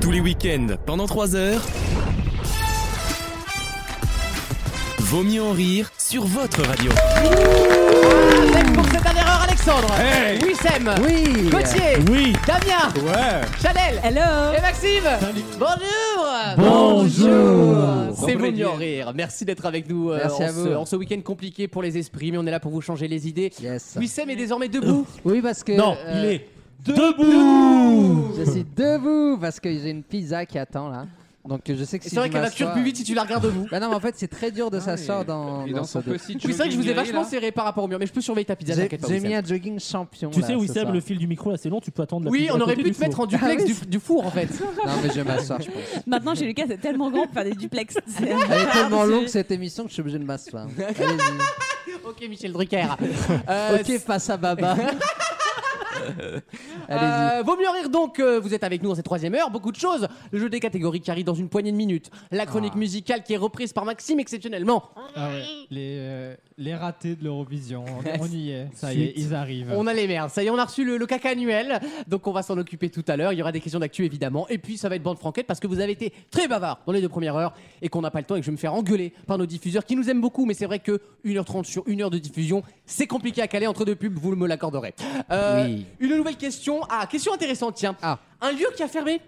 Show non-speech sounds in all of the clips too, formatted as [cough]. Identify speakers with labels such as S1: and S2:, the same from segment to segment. S1: Tous les week-ends, pendant 3 heures. Vaut mieux en rire sur votre radio.
S2: Avec pour cette dernière heure, Alexandre, Wissem,
S3: Oui
S2: Gauthier,
S4: Oui.
S2: Damien,
S4: Ouais.
S2: Chanel
S5: Hello
S2: et Maxime. Bonjour
S3: Bonjour.
S2: C'est vaut mieux en rire. Merci d'être avec nous euh,
S3: Merci
S2: en,
S3: à
S2: ce,
S3: vous.
S2: en ce week-end compliqué pour les esprits, mais on est là pour vous changer les idées.
S3: Yes.
S2: Wissem est désormais debout.
S3: Oui, parce que.
S4: Non,
S3: euh,
S4: il est debout.
S3: Je suis debout parce que j'ai une pizza qui attend là. Donc je sais que si
S2: C'est vrai
S3: je
S2: qu'elle va
S3: m'assois-
S2: plus vite si tu la regardes debout.
S3: Bah non, mais en fait, c'est très dur de s'asseoir dans, dans ce dos.
S2: Oui, c'est vrai que je vous ai vachement serré par rapport au mur, mais je peux surveiller ta pizza,
S3: J'ai
S2: t'inquiète pas.
S3: j'ai
S2: Wissem.
S3: mis un jogging champion.
S4: Tu
S3: là,
S4: sais,
S3: ce
S4: Wissem,
S3: soir.
S4: le fil du micro là, c'est long, tu peux attendre la
S2: Oui,
S4: pizza à
S2: on aurait
S4: côté
S2: pu
S4: du
S2: te mettre
S4: four.
S2: en duplex
S3: Ah
S2: du, du four en
S3: [laughs]
S2: fait.
S3: Non, mais je vais m'asseoir, je pense.
S5: Maintenant, chez Lucas, c'est tellement grand pour faire des duplex. C'est-
S3: Elle
S2: [laughs] Ah,
S3: est tellement
S5: C'est-
S3: longue cette émission que je suis obligé de m'asseoir. Allez-y.
S2: ok, Michel Drucker.
S3: [laughs]
S2: Euh,
S3: ok, face
S2: [laughs]
S3: à Baba. Allez-y.
S2: Euh, vaut mieux en rire donc, euh, vous êtes avec nous dans cette troisième heure, beaucoup de choses. Le jeu des catégories qui arrive dans une poignée de minutes. La chronique musicale qui est reprise par Maxime exceptionnellement.
S6: Ah ouais, les, euh, les ratés de l'Eurovision, on, on y est, ça y est, ils arrivent.
S7: Euh,
S2: On a les merdes, ça y est, on a reçu le, le caca annuel, donc on va s'en occuper tout à l'heure. Il y aura des questions d'actu évidemment, et puis ça va être bande franquette parce que vous avez été très bavard dans les deux premières heures et qu'on n'a pas le temps et que je vais me faire engueuler par nos diffuseurs qui nous aiment beaucoup, mais c'est vrai que 1h30 sur 1 heure de diffusion, c'est compliqué à caler entre deux pubs, vous me l'accorderez. Euh,
S3: Oui.
S2: Une nouvelle question, ah, question intéressante, tiens.
S3: Ah.
S2: Un lieu qui a fermé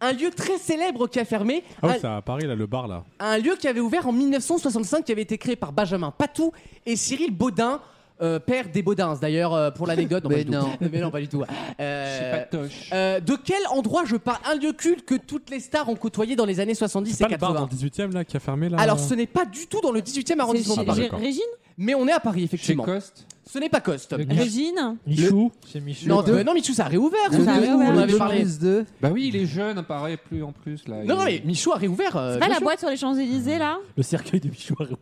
S2: Un lieu très célèbre qui a fermé
S8: Ah
S2: Un-
S8: oui, c'est à Paris, là, le bar, là.
S2: un lieu qui avait ouvert en 1965, qui avait été créé par Benjamin Patou et Cyril Baudin. euh, père des Baudins, d'ailleurs, euh, pour l'anecdote. pas
S3: Mais
S2: du tout.
S3: non.
S2: Mais non, pas du tout. Euh, euh, de quel endroit je parle Un lieu culte que toutes les stars ont côtoyé dans les années 70
S8: C'est
S2: et
S8: pas le bar dans
S2: 80.
S8: le 18ème, là, qui a fermé, là
S2: Alors, ce n'est pas du tout dans le 18e arrondissement,
S8: chez-
S2: de Paris.
S8: d'accord.
S5: Régine
S2: mais on est à Paris, effectivement. Ce n'est pas Coste.
S6: Le-
S5: Régine
S4: Michou,
S6: Chez Michou.
S2: Non,
S6: quoi.
S2: mais non, Michou, ça a réouvert.
S3: Le
S2: vous
S5: ça a
S2: savez,
S3: deux-
S2: on en
S5: réouvert.
S3: le
S2: avait
S3: deux
S2: parlé.
S3: plus deux.
S7: Bah oui, il est jeune, apparaît plus en plus là.
S2: Non, non,
S7: Il-
S2: mais Michou a réouvert. euh,
S5: C'est pas
S2: bien
S5: la
S2: sûr.
S5: boîte sur les Champs-Élysées là
S4: le cercueil de Michou a réouvert.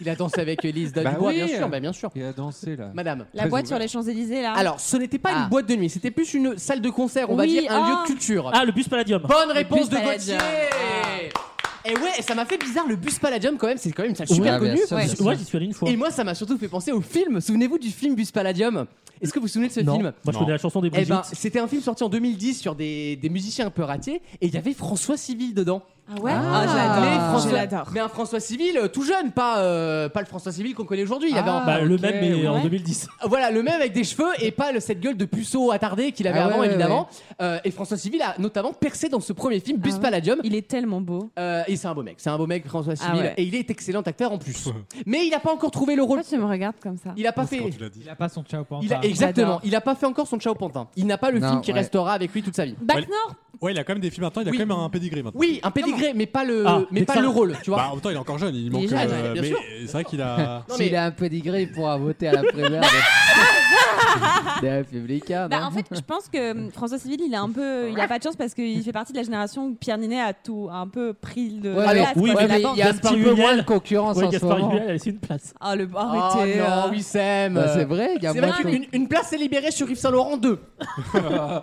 S2: Il a dansé avec Elise
S7: Bah
S2: Dubois,
S7: oui.
S2: bien sûr, bah, bien sûr.
S7: il a dansé là.
S2: Madame.
S5: La
S7: Très
S5: boîte
S7: ouvert.
S5: sur les Champs-Élysées là
S2: Alors, ce n'était pas
S3: Ah.
S2: une boîte de nuit, c'était plus une salle de concert, on va
S5: Oui,
S2: dire, un
S5: ah.
S2: lieu de culture.
S4: Ah, le bus Palladium.
S2: Bonne réponse
S5: bus
S2: de Gauthier
S5: Palladium.
S2: Et ouais, et ça m'a fait bizarre, le bus Palladium, quand même, c'est quand même une salle super
S3: Ah, bien
S2: connue.
S3: sûr, bien sûr.
S4: Moi, j'y suis allé une fois.
S2: Et moi, ça m'a surtout fait penser au film. Souvenez-vous du film Bus Palladium Est-ce que vous vous souvenez de ce
S4: Non.
S2: film
S4: Moi, je connais la chanson des
S2: Eh
S4: Brigitte.
S2: ben, c'était un film sorti en 2010 sur des, des musiciens un peu ratés, et il y avait François Civil dedans.
S5: Ah ouais
S3: Ah,
S2: Mais
S3: j'adore.
S2: François- Mais un François Civil euh, tout jeune, pas, euh, pas le François Civil qu'on connaît aujourd'hui. Il avait un-
S4: Bah, le
S7: ok,
S4: même, mais
S7: ouais.
S4: en 2010.
S2: Voilà, le même avec des cheveux et pas le, cette gueule de puceau attardé qu'il avait
S3: Ah ouais,
S2: avant,
S3: ouais,
S2: évidemment. Euh, et François Civil a notamment percé dans ce premier film, Bus
S5: Ah ouais.
S2: Palladium.
S5: Il est tellement beau.
S2: Euh, et c'est un beau mec, c'est un beau mec, François Civil.
S5: Ah ouais.
S2: Et il est excellent acteur en plus. Mais il n'a pas encore trouvé le rôle.
S5: Pourquoi tu me regardes comme ça
S2: Il a pas
S8: Quand
S2: fait.
S8: tu l'as dit.
S6: Il a pas son ciao pantin.
S2: Il a, exactement,
S5: J'adore.
S2: il a pas fait encore son Ciao Pantin. Il n'a pas le
S3: Non,
S2: film qui
S3: ouais.
S2: restera avec lui toute sa vie.
S5: Bac Nord
S8: Ouais, il a quand même des films maintenant, il a
S2: Oui.
S8: quand même un pedigree maintenant.
S2: Oui, un pédigré, mais pas le,
S4: Ah,
S2: mais
S4: mais
S2: pas
S4: ça-
S2: le rôle, tu vois.
S8: Bah, en même temps, il est encore jeune, il manque. euh,
S5: jeune,
S2: ouais, bien
S8: mais
S2: sûr.
S8: c'est vrai
S2: [laughs]
S8: qu'il a.
S2: non,
S3: S'il
S2: mais
S3: a un peu degré, il pourra voter à la primaire
S2: [laughs]
S3: des- des Républicains.
S5: Bah,
S3: non
S5: en fait, je pense que hum, François Civil, il a un peu, il a pas de chance parce qu'il fait partie de la génération où Pierre Ninet a tout, a un peu pris le.
S3: Ouais,
S5: la
S3: mais-
S5: place,
S4: oui,
S5: quoi,
S3: Ouais,
S5: de la
S3: mais
S5: porte.
S3: il y a un
S4: Gaspard
S3: petit peu
S4: Huliel.
S3: moins de concurrence
S4: Ouais,
S3: en ce
S4: Gaspard
S3: moment.
S4: Huliel, elle a laissé une place.
S5: Ah le
S2: oh
S5: arrêtez.
S2: non,
S5: euh.
S2: oui Sam.
S3: Bah, c'est
S2: euh,
S3: vrai, il y a
S2: c'est
S3: moins
S2: vrai
S3: de
S2: qu'une une place est libérée sur Yves Saint Laurent 2.
S3: Euh,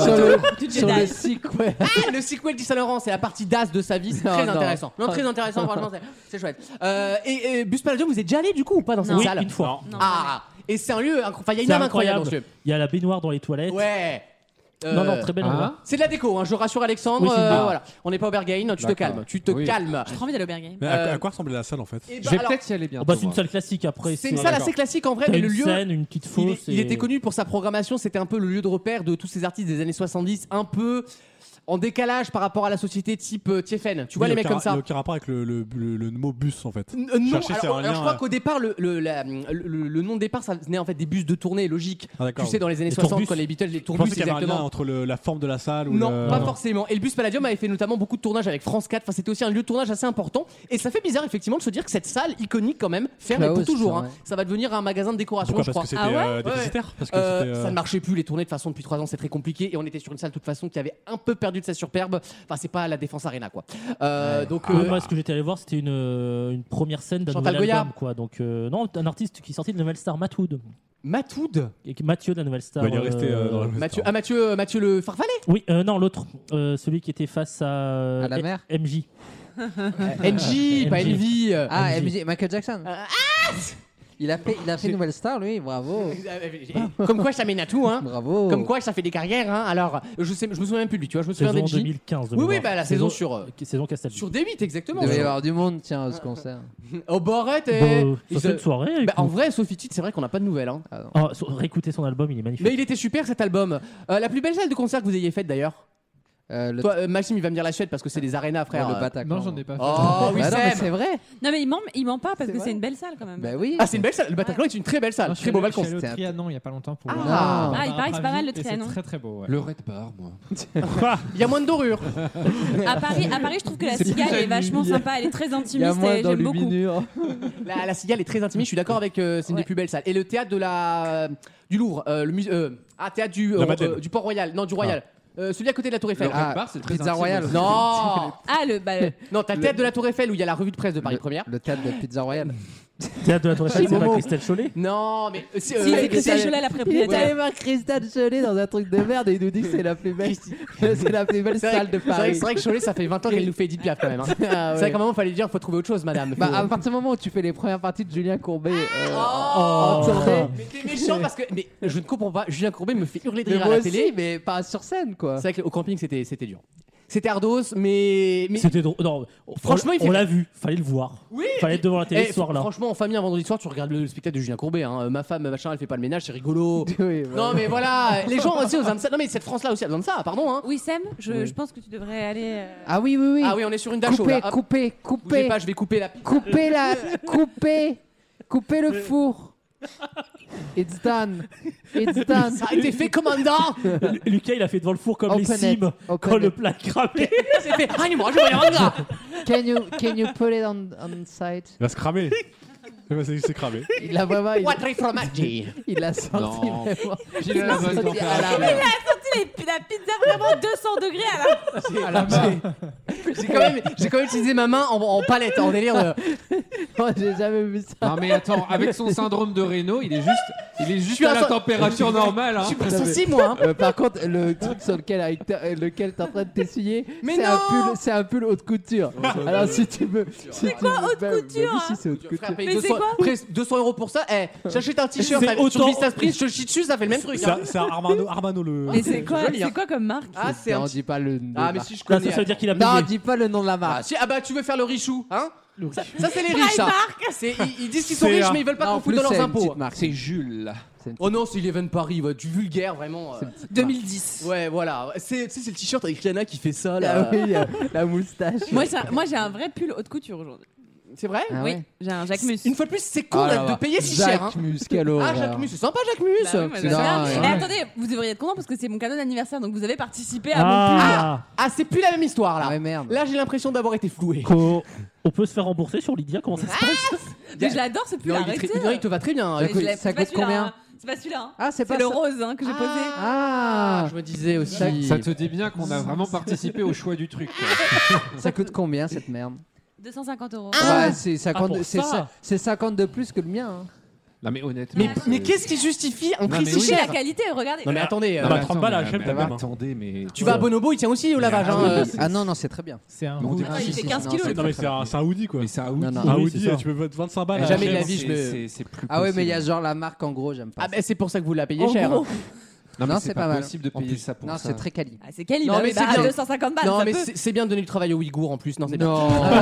S3: sur le,
S5: Tu
S3: sur le
S5: Jedi.
S3: cycle, ouais.
S2: Eh, le sequel d'Yves Saint Laurent, c'est la partie d'As de sa vie, c'est
S3: Non,
S2: très
S3: non.
S2: intéressant. Non, très intéressant, franchement, c'est- c'est chouette. Euh, et, et Bus Palladium, vous êtes déjà allé du coup ou pas dans cette
S4: Oui,
S2: salle
S4: une fois.
S5: Non,
S2: Ah, et c'est un lieu incroyable. Enfin, il y a une
S4: C'est
S2: âme incroyable dans ce lieu.
S4: Il y a la baignoire dans les toilettes.
S2: Ouais. Euh,
S4: Non, non, très belle
S7: hein
S4: endroit.
S2: C'est de la déco, hein, je rassure Alexandre.
S4: Oui, c'est une
S2: euh,
S4: déco.
S2: voilà. On n'est pas au Berghain, tu te
S7: D'accord.
S2: calmes, tu te
S7: Oui.
S2: calmes.
S5: J'ai trop envie d'aller au Berghain.
S8: Mais à,
S2: Euh,
S8: à quoi ressemblait la salle en fait
S2: Et ben,
S7: Je vais
S2: alors,
S7: peut-être y aller bientôt.
S4: Bah, c'est une
S3: hein.
S7: moi.
S4: salle classique après.
S2: c'est une salle assez classique en vrai,
S4: T'as
S2: mais
S4: une
S2: le lieu.
S4: scène, une petite
S2: il, est-
S4: fosse.
S2: il
S4: et-
S2: était connu pour sa programmation, c'était un peu le lieu de repère de tous ces artistes des années 70, un peu en décalage par rapport à la société type euh, TFN. Tu vois
S8: Oui,
S2: les
S8: il
S2: mecs
S8: y a aucun-
S2: comme ça
S8: Il n'y a aucun rapport avec le, le- le- le mot bus en fait.
S2: N- euh, Non,
S8: Chercher, c'est
S2: alors,
S8: un
S2: alors je
S8: lien,
S2: crois
S8: euh.
S2: qu'au départ, le, le, la- le- le nom de départ, ça venait en fait des bus de tournée, logique.
S8: Ah, d'accord.
S2: Tu sais, dans les années
S4: Les
S2: 60,
S4: tourbus.
S2: quand les Beatles, les
S8: Je
S2: tourbus,
S8: pensais qu'il y avait un lien
S2: exactement.
S8: entre euh. le- la forme de la salle ou
S2: Non,
S8: le-
S2: pas forcément. Et le bus Palladium avait fait notamment beaucoup de tournages avec France 4. Enfin, c'était aussi un lieu de tournage assez important. Et ça fait bizarre, effectivement, de se dire que cette salle iconique, quand même, ferme
S3: Close,
S2: pour toujours.
S3: ça,
S2: hein.
S3: Bah ouais.
S2: Ça va devenir un magasin de décoration,
S8: Pourquoi
S2: je
S8: Parce
S2: crois.
S8: que c'était
S5: Ah ouais
S8: euh, des
S2: Ouais.
S8: visiteurs Parce que
S2: Euh,
S8: c'était, euh,
S2: Ça ne marchait plus les tournées de toute façon depuis trois ans, c'est très compliqué. Et on était sur une salle de toute façon qui avait un peu perdu de sa superbe. Enfin, c'est pas la Défense Arena, quoi. Euh, Donc,
S3: Ah,
S4: Ouais,
S2: euh,
S4: Ah,
S3: bah,
S4: moi, ce que j'étais allé voir, c'était une, euh, une première scène d'un
S2: Chantal
S4: nouvel
S2: Goya.
S4: album, quoi. Donc, euh, non, un artiste qui sortait de la nouvelle star, Matt Wood.
S2: Matoud,
S4: Et qui- Mathieu de la nouvelle star.
S8: bah, il est resté euh, dans la
S2: Mathieu, ah, Mathieu, Mathieu le Farfalet,
S4: Oui, euh, non, l'autre. Euh, celui qui était face à.
S3: À la
S4: eh,
S3: mer
S4: MJ.
S2: NJ, pas
S4: NJ.
S2: Envy. euh,
S3: Ah,
S4: MJ.
S3: Euh, MJ, Michael Jackson. Il a fait, il a fait Nouvelle Star, lui, bravo.
S2: euh, Comme quoi, ça mène à tout, hein.
S3: Bravo.
S2: Comme quoi, ça fait des carrières, hein. Alors, je, sais, je me souviens même plus de lui, tu vois. Je me souviens
S4: saison
S2: d'Engie.
S4: 2015. de
S2: Oui, oui,
S4: mémoire.
S2: bah la saison sur. euh,
S4: Saison Castaldi.
S2: Sur D8, exactement.
S3: Il devait y avoir du monde, tiens, à ce concert.
S2: Au Borette
S3: Bah,
S2: et.
S4: Bon,
S2: ils
S4: sur
S2: se-
S4: cette soirée.
S2: Bah, en
S4: écoute.
S2: vrai, Sophie Tite, c'est vrai qu'on n'a pas de nouvelles. Hein.
S4: Ah, sur- réécoutez son album, il est magnifique.
S2: Mais il était super cet album. Euh, la plus belle salle de concert que vous ayez faite d'ailleurs
S3: Euh, le,
S2: Toi, euh, Maxime, il va me dire la Suède parce que c'est des arénas, frère.
S3: le
S2: Euh,
S3: Bataclan.
S6: Non, j'en ai pas fait.
S2: Oh oui,
S3: Bah non, mais
S2: Seb
S3: c'est vrai.
S5: Non, mais il ment, il ment pas parce
S3: C'est
S5: que
S3: vrai.
S5: c'est une belle salle quand même.
S3: Bah oui.
S2: Ah, c'est une belle salle. Le Bataclan est une très belle salle.
S6: Non, je
S2: Ah, Très
S6: suis
S2: beau
S6: allé- je
S2: balcon.
S6: suis allé
S3: C'était un-
S6: au Trianon il y a pas longtemps pour.
S5: Ah.
S6: voir
S3: Ah,
S6: Barbara
S5: il paraît que c'est pas mal, le
S6: Pravi, et
S5: Trianon.
S6: C'est très très beau. ouais.
S7: Le Red Bar, moi.
S2: Il y a moins de dorures.
S5: À Paris, à Paris, je trouve que la
S6: C'est plus
S5: cigale
S6: à
S5: est vachement
S6: l'humilie.
S5: sympa, elle est très
S3: Il y a
S5: intimiste
S3: moins
S5: et j'aime
S3: dans oh.
S5: beaucoup.
S3: minures.
S2: la, la cigale est très intimiste. Je suis d'accord avec. euh, c'est une
S5: Ouais.
S2: des plus belles salles. Et le théâtre de la du Louvre, euh, le musée. ah, théâtre du euh,
S8: Madeleine.
S2: euh, du Port Royal. Non, du Royal. Euh, celui à côté de la Tour
S7: Le
S2: Eiffel.
S3: Ah,
S7: Red Bar, c'est très
S3: Pizza
S7: intime
S3: Royale.
S7: aussi.
S2: Non,
S5: Ah, le, bah, le-
S2: non, t'as le théâtre de la Tour Eiffel où il y a la revue de presse de Paris Première.
S3: Le théâtre de Pizza Royale.
S4: Théâtre de la Tour Eiffel, c'est pas
S2: Momo.
S4: Christelle Cholet.
S2: Non, mais euh, c'est, euh,
S5: si, c'est
S2: mais
S5: Christelle
S2: ça-
S5: Jolal, la
S3: [laughs] Il est allé
S5: propriétaire.
S3: voir Christophe Cholet dans un truc de merde et il nous dit que c'est la plus [laughs] belle, c'est la plus belle
S2: C'est vrai
S3: salle de
S2: que- c'est vrai que-
S3: Paris.
S2: C'est vrai que Cholet, ça fait 20 ans qu'elle nous fait Edith Piaf quand même. hein.
S3: [laughs]
S2: [laughs]
S3: Ah, ouais.
S2: C'est vrai qu'à un moment, fallait dire faut trouver autre chose, madame.
S3: Bah,
S2: Faut-
S3: à partir du moment où tu fais les premières parties de Julien Courbet euh, en
S2: Oh,
S3: tournée,
S2: Mais t'es méchant parce que. Mais je ne comprends pas, Julien Courbet me fait hurler de
S3: mais
S2: rire oh, à
S3: moi
S2: la
S3: aussi,
S2: télé.
S3: mais pas sur scène quoi.
S2: C'est vrai qu'au camping, c'était c'était dur. C'était Ardos, mais. mais-
S4: C'était drôle. Non, on-
S2: Franchement, il
S4: on
S2: fait-
S4: l'a vu. Fallait le voir.
S2: Oui
S4: Fallait être devant la télé
S2: Eh,
S4: ce soir-là.
S2: Franchement, en famille, un vendredi soir, tu regardes le spectacle de Julien Courbet. hein. Euh, Ma femme, machin, elle fait pas le ménage, c'est
S4: [laughs]
S2: rigolo.
S3: [laughs] Oui, voilà.
S2: Non, mais voilà, les gens aussi aux ça. Non, mais cette France-là aussi a besoin de ça, pardon. hein.
S5: Oui, Sam, je,
S3: Oui.
S5: je pense que tu devrais aller. euh,
S3: Ah oui, oui, oui.
S2: Ah oui, on est sur une dash show,
S3: coupez,
S2: là. Hop, bougez
S3: coupez, coupez,
S2: pas, je vais couper
S4: [laughs]
S2: la.
S3: coupez la,
S2: [laughs]
S3: coupez, coupez le four. It's done, it's done.
S2: Ça a été fait, commandant
S4: Lu- Lucas, il a fait devant le four comme les
S3: Open it,
S4: cimes
S3: open
S4: quand le
S3: it.
S4: plat cramait.
S2: C'est fait, ah, moi, je vais
S4: [laughs]
S2: rendre
S3: Can you, can you put it on, on site?
S8: Il va se cramer. Il va se-
S2: [laughs]
S8: se cramer.
S3: Il l'a vraiment, il-
S2: Quatre fromaggi
S3: il l'a sorti.
S7: Non.
S3: vraiment.
S7: Pile à la bonne
S3: Sorti
S2: Ah,
S3: à la-
S7: température.
S5: la Ah, la pizza vraiment 200 degrés à la
S6: À la main.
S2: J'ai quand, même- j'ai quand même utilisé ma main en, en palette, en délire. de-
S3: Moi, j'ai jamais vu ça.
S7: Non mais attends, avec son syndrome de Raynaud, il est juste, il est juste
S2: suis
S7: à
S2: un
S7: la
S2: so-
S7: température normale. Hein.
S2: Je suis pas sensible, moi. hein.
S3: Euh, par contre, le truc sur lequel, avec ta- euh, lequel t'es en train de t'essuyer,
S2: Mais
S3: c'est un
S2: non
S3: pull, c'est un pull haute couture. Alors si tu veux, c'est
S5: quoi, haute couture,
S3: si
S5: hein
S3: c'est haute couture.
S2: Frère, paye
S5: Mais c'est
S2: 200,
S5: quoi
S2: presque 200 euros pour ça. Eh, j'achète un t-shirt
S4: C'est
S2: avec- sur
S4: autant-
S2: Vista Sprint, je le chie dessus, ça fait le même truc. hein.
S8: C'est un Armano, Armano le.
S5: Mais c'est quoi,
S2: joli, hein.
S5: c'est quoi comme marque
S2: Ah, c'est un
S3: Non,
S2: petit-
S3: dis pas le. nom de
S2: Ah,
S3: la
S2: mais
S3: marque.
S2: si je
S4: Là,
S2: connais.
S4: ça, ça veut dire qu'il a
S3: Non,
S4: payé.
S3: dis pas le nom de la
S2: Ah,
S3: marque.
S2: si- ah bah, tu veux faire le richou, hein ça, ça, c'est les riches, ça. C'est- Ils, ils disent qu'ils sont
S8: C'est
S2: riches,
S8: un-
S2: mais ils veulent pas
S3: Non,
S2: qu'on
S3: en
S2: foute
S3: plus,
S2: dans
S3: c'est
S2: leurs
S3: une
S2: impôts.
S3: petite marque.
S7: C'est Jules. là.
S2: Oh non, c'est Eleven Paris, ouais, du vulgaire, vraiment. euh.
S3: C'est une petite
S5: 2010.
S2: Ouais, voilà. C'est tu sais, c'est le t-shirt avec Rihanna qui fait ça,
S3: marque.
S2: là.
S3: Ah oui, euh, la moustache.
S5: Moi, j'ai un- moi, j'ai un vrai pull haute couture aujourd'hui.
S2: C'est vrai
S3: Ah
S5: oui,
S3: ouais
S5: j'ai un Jacques Mus.
S2: Une fois de plus, c'est con
S3: Ah là
S2: là,
S3: là.
S2: de payer si
S3: Jacques
S2: cher. hein.
S3: Mus, quelle
S7: oh
S3: horreur.
S2: Ah, Jacques Mus, c'est sympa, Jacques Mus.
S5: Bah oui, moi,
S3: C'est
S5: j'aime bien.
S3: dingue.
S5: Mais attendez, vous devriez être content parce que c'est mon cadeau d'anniversaire, donc vous avez participé à mon pull.
S4: Ah,
S2: Ah, c'est plus la même histoire là.
S3: Ah ouais, merde.
S2: Là, j'ai l'impression d'avoir été floué.
S4: Qu'on- on peut se faire rembourser sur Lydia Comment ça
S2: Ah.
S4: se passe
S5: Mais je l'adore ce pull,
S2: Non, il, est
S5: arrêtez.
S2: très- non, il te va très bien.
S5: Mais
S3: coûte-
S5: je l'ai-
S3: ça
S5: c'est pas
S3: coûte
S5: celui-là,
S3: combien
S5: hein. C'est pas celui-là. hein.
S3: Ah, c'est pas
S5: C'est le
S3: ça.
S5: rose hein, que j'ai posé.
S2: Ah,
S3: Ah,
S2: je me disais aussi.
S7: Ça, ça te dit bien qu'on a vraiment participé au choix du truc. quoi.
S3: ça coûte combien cette merde
S5: 250 euros.
S3: Bah, c'est 50,
S4: pour
S3: c'est
S4: ça.
S3: ça- c'est 50 de plus que le mien. hein.
S7: Non mais honnêtement.
S2: Mais, mais qu'est-ce qui justifie un
S7: Non,
S2: prix
S7: mais
S2: si
S7: oui.
S5: C'est
S2: cher
S5: la qualité, regardez.
S2: Non mais attendez, euh,
S4: Non, mais attends, bah, la chaîne,
S7: mais,
S4: quand
S3: même.
S7: attendez, mais
S2: tu vas à Bonobo, il tient aussi au lavage. hein, euh.
S3: Ah non, non, c'est très bien.
S6: C'est un
S7: Mais on
S6: goût.
S7: dit pas
S5: Ah, il
S3: Si,
S5: fait
S3: si,
S5: 15
S3: non,
S5: kilos,
S3: c'est
S8: Non, mais
S3: très,
S8: c'est
S3: très
S8: un, c'est un hoodie quoi.
S7: mais ça a
S3: bien. Non, non.
S8: Un
S4: Oui,
S8: hoodie,
S4: c'est ça.
S8: tu peux mettre 25 balles. à
S2: Jamais
S8: la
S2: de la
S8: chaîne.
S2: vie, je me-
S7: Ah, C'est- c'est- C'est plus.
S3: Ah ouais, mais il y a
S7: possible.
S3: genre la marque en gros, j'aime pas.
S2: Ah
S3: ça.
S2: ben c'est pour ça que vous la payez
S5: En
S2: cher.
S5: gros.
S2: hein.
S7: Non,
S3: Non,
S7: mais
S3: c'est
S7: c'est
S3: pas
S7: pas
S3: mal.
S7: possible de
S3: En
S7: payer
S3: plus.
S7: ça pour
S3: Non,
S7: ça.
S3: c'est très quali.
S5: Ah, c'est quali,
S2: Non,
S5: bah
S2: mais
S5: oui,
S2: c'est
S5: bah, à
S2: bien.
S5: 250 balles.
S2: Non
S5: ça
S2: mais
S5: peut.
S2: c'est c'est bien de donner du travail aux Ouïghours en plus, non c'est bien.
S3: Non,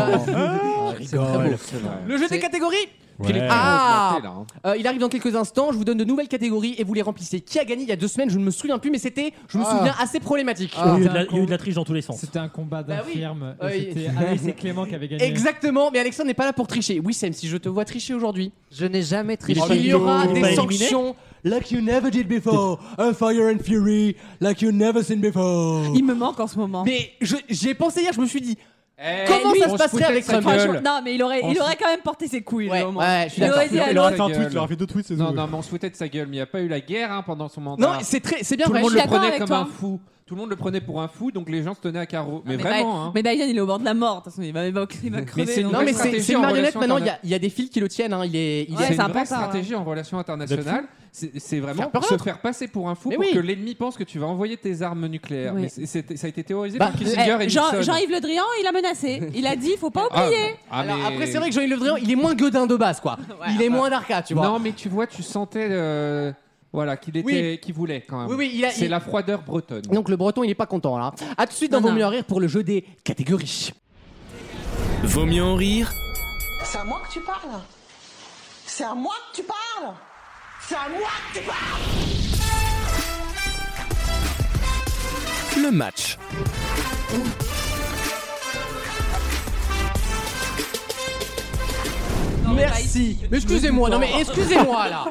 S3: [laughs]
S2: c'est très beau. Le jeu des
S3: Ah, C'est-
S2: catégories
S8: Ouais.
S2: Ah
S7: là, hein.
S2: Euh, Il arrive dans quelques instants, je vous donne de nouvelles catégories et vous les remplissez. Qui a gagné il y a deux semaines, je ne me souviens plus, mais c'était, je me
S3: Ah.
S2: souviens, assez problématique.
S3: Ah.
S4: il, y a eu de la- il y a eu de la triche dans tous les sens.
S6: C'était un combat
S2: Bah oui.
S6: d'infirme.
S2: Euh, il-
S6: et c'était- Ah oui, c'est Clément qui avait gagné.
S2: Exactement, mais Alexandre n'est pas là pour tricher. Oui Sam, si je te vois tricher aujourd'hui,
S3: Je n'ai jamais
S4: Il
S3: triché.
S4: est pas
S2: Il y
S4: éliminé.
S2: aura
S4: Il est pas
S2: des
S4: éliminé
S2: sanctions like you never did before. A fire and fury like you never seen before.
S5: Il me manque en ce moment.
S2: Mais je- j'y ai pensé hier, je me suis dit.
S7: Eh,
S2: Comment
S5: lui,
S2: ça
S7: on
S2: se
S7: se
S2: passerait
S7: foutait
S2: avec
S7: de sa
S2: Trump
S7: gueule.
S5: Franchement, non, mais il aurait, il aurait quand même porté ses couilles.
S2: Ouais,
S5: lui, au moins.
S2: ouais, je suis
S5: Il
S2: d'accord.
S5: aurait dit,
S8: Il
S5: allô,
S8: aurait fait
S7: Ta
S8: un tweet,
S7: gueule.
S8: il aurait fait deux tweets, c'est
S7: Non,
S8: tout.
S7: non, mais on se foutait de sa gueule, mais il n'y a pas eu la guerre hein, pendant son mandat.
S2: Non, c'est très, c'est bien
S7: Tout
S2: vrai.
S7: le monde
S5: je
S7: le
S5: suis d'accord
S7: prenait
S5: avec
S7: comme
S5: toi. Ah,
S7: un fou. Tout le monde le prenait pour un fou, donc les gens se tenaient à carreau. Mais,
S5: Mais
S7: vraiment,
S5: Dy-
S7: hein.
S5: Mais Diane, il est au bord de la mort. De toute façon, il va, il va, il va crever.
S7: c'est une
S2: Non,
S5: donc.
S2: mais
S7: vraie
S2: c'est- c'est
S7: stratégie
S2: une
S7: en
S2: marionnette
S7: relation
S2: maintenant, il y a- il y, a des fils qui le tiennent. hein, Il est. Il
S5: Ouais,
S2: est...
S7: c'est
S5: ça
S7: une vraie
S5: pense à-
S7: stratégie en relation internationale. C'est c'est vraiment
S2: Faire peur à
S7: se
S2: l'autre.
S7: faire passer pour un fou
S2: Mais
S7: pour
S2: oui.
S7: que l'ennemi pense que tu vas envoyer tes armes nucléaires.
S5: Oui.
S7: Mais c'est- c'est- ça a été théorisé
S2: Bah,
S7: par
S5: Eh,
S7: Kissinger et
S5: Jean-
S7: Nixon.
S5: Jean-Yves Le Drian, il a menacé. Il a dit, faut pas
S7: Ah,
S5: oublier.
S7: ah,
S2: Alors,
S7: mais-
S2: après, c'est vrai que Jean-Yves Le Drian, il est moins Godin de base, quoi. il est moins d'arcade, tu vois.
S7: Non, mais tu vois, tu sentais euh, voilà, qu'il était,
S2: Oui.
S7: qu'il voulait quand même.
S2: oui, oui, il a.
S7: C'est
S2: il-
S7: la froideur bretonne.
S2: Donc le breton, il est pas content là. À tout de suite dans
S5: Non,
S2: Vos
S5: non.
S2: mieux en rire pour le jeu des catégories.
S1: Vaut mieux en rire
S9: C'est à moi que tu parles C'est à moi que tu parles C'est à moi que tu parles
S1: le match.
S2: Merci. Mais excusez-moi, non mais excusez-moi [laughs] là.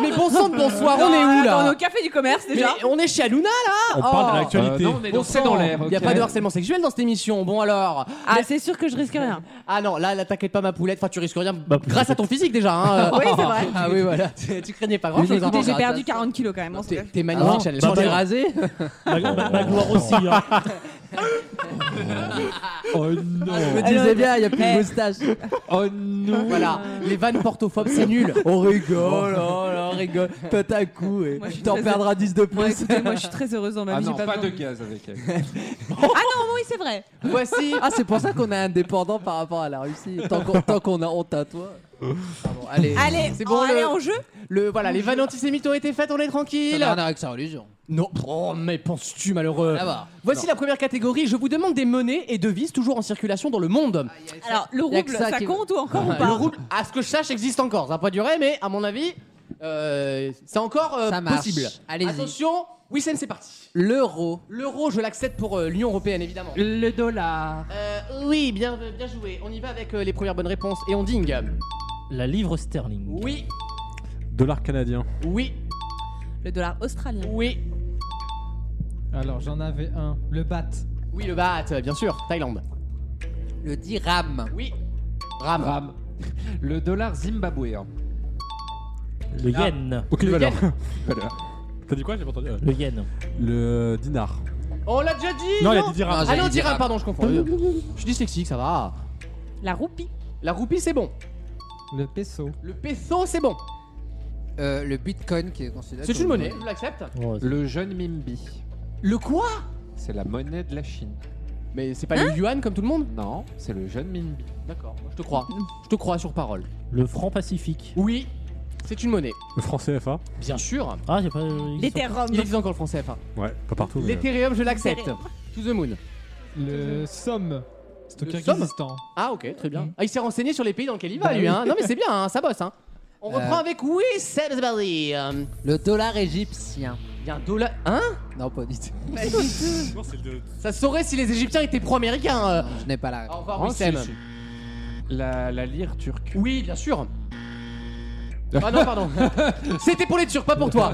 S2: Mais bon sang de bonsoir, on est où
S5: On est
S2: là
S5: au café du commerce
S2: Mais
S5: déjà.
S2: on est chez Aluna là
S8: On parle de
S2: Oh.
S8: l'actualité.
S7: Euh, non, on est
S2: Bon
S7: dans, c'est dans
S2: sang.
S7: l'air.
S2: Il n'y a
S7: ok.
S2: pas de harcèlement sexuel dans cette émission. Bon alors.
S5: Ah, c'est sûr que je risque rien.
S2: Ah non, là, là t'inquiète pas ma poulette. Enfin, tu risques rien.
S4: poulette.
S2: grâce à ton physique déjà. hein.
S5: [laughs] Oui, c'est vrai.
S2: Ah oui, voilà. [laughs] tu tu craignais pas grand chose.
S5: Écoutez, j'ai perdu 40 kilos quand même. en tout cas.
S2: T'es t'es magnifique, Chanel.
S4: bah,
S2: Tu
S4: bah,
S2: es rasé. [laughs]
S4: Ma, ma- ma gloire aussi. hein.
S8: Oh non.
S2: Je me
S5: disais
S2: bien, il n'y a plus
S5: de
S2: moustache.
S8: Oh non.
S2: Voilà, les vannes portophobes, c'est nul. [laughs] On rigole, oh là, on rigole. Tout à coup, et
S5: Moi, je suis
S2: t'en
S5: très-
S2: perdras 10 de
S5: Bon,
S2: plus.
S5: écoutez, moi je suis très heureuse dans ma
S7: Ah
S5: vie.
S7: non,
S5: j'ai
S7: pas,
S5: besoin
S7: de gaz avec elle.
S5: Ah non, oui, c'est vrai.
S2: Voici. Ah, c'est pour ça qu'on est indépendant par rapport à la Russie. Tant qu'on, tant qu'on a honte à toi. Pardon, allez,
S5: Allez,
S2: c'est
S5: on,
S2: bon.
S5: allez
S2: le,
S5: en jeu.
S2: le- voilà, les vannes antisémites ont été faites, on est tranquille.
S3: avec sa religion.
S2: Non, oh, mais penses-tu malheureux
S3: Là-bas.
S2: Voici la première catégorie. Je vous demande des monnaies et devises toujours en circulation dans le monde.
S5: Alors, le
S3: Y a que
S5: rouble,
S3: ça
S5: ça,
S3: qui-
S5: compte ou encore ou
S2: Le
S5: pas
S2: rouble, à ce que je sache, existe encore. Ça n'a pas duré, mais à mon avis, euh, c'est encore euh,
S3: Ça marche.
S2: possible.
S3: Allez-y.
S2: Attention, Wissem, c'est parti.
S3: L'euro.
S2: L'euro, je l'accepte pour euh, l'Union européenne, évidemment.
S3: Le dollar.
S2: Euh, oui, bien, bien joué. On y va avec euh, les premières bonnes réponses et on dingue.
S4: La livre sterling.
S2: Oui,
S8: Dollar canadien.
S2: oui,
S5: Le dollar australien.
S2: oui,
S6: Alors j'en avais un, le bat.
S2: oui, le baht, euh, bien sûr, Thaïlande.
S3: Le dirham.
S2: Oui, Ram.
S7: Ram. Le dollar zimbabwéen.
S4: Le yen.
S8: Aucune
S2: Lequel
S8: valeur.
S7: [laughs]
S8: T'as dit quoi J'ai pas entendu.
S4: Le yen.
S2: Euh,
S8: Le dinar.
S2: On l'a déjà dit
S8: Non, il a dit dirham.
S2: Ah non, dirham, pardon, je confonds. Je suis dyslexique, ça va.
S5: La roupie.
S2: La roupie, c'est bon.
S6: Le peso.
S2: Le peso, c'est bon.
S3: Euh, le bitcoin qui est considéré.
S2: C'est
S3: comme
S2: une monnaie, je l'accepte.
S4: Oh, c'est-
S7: Le jeune Mimbi.
S2: Le quoi
S7: C'est la monnaie de la Chine.
S2: Mais c'est
S3: Hein
S2: pas le yuan comme tout le monde
S7: Non, c'est le jeune Mimbi.
S2: D'accord, moi, je te crois. Je te crois sur parole.
S4: Le franc pacifique.
S2: Oui, c'est une monnaie.
S8: Le franc CFA.
S2: Bien sûr.
S4: Ah, j'ai pas.
S5: L'Ethereum.
S2: Il existe encore le français, enfin.
S8: Ouais, pas partout. mais- euh,
S2: L'Ethereum, je l'accepte. To the moon.
S6: Le somme. C'est au
S2: Le
S6: Kyrgyzstan.
S2: Ah ok, très
S7: Mhm.
S2: bien. Ah, il s'est renseigné sur les pays dans lesquels
S7: Bah
S2: il va, lui. Hein. Non mais c'est bien, hein, ça
S7: [laughs]
S2: bosse. Hein. On
S3: Euh.
S2: reprend avec oui, c'est Il y a
S3: Le dollar égyptien.
S2: un dollar. Hein
S3: Non, pas du tout.
S7: Bah
S8: Non, c'est le-
S2: [laughs] Ça se saurait si les Égyptiens étaient pro-américains. euh.
S3: Je n'ai pas la
S2: Au
S3: réponse.
S2: revoir,
S7: Oh,
S2: Wissem.
S7: si, si. La, la lire turque.
S2: Oui, bien
S7: [laughs]
S2: sûr. Ah non, pardon. C'était pour les Turcs, pas pour
S7: [laughs]
S2: toi.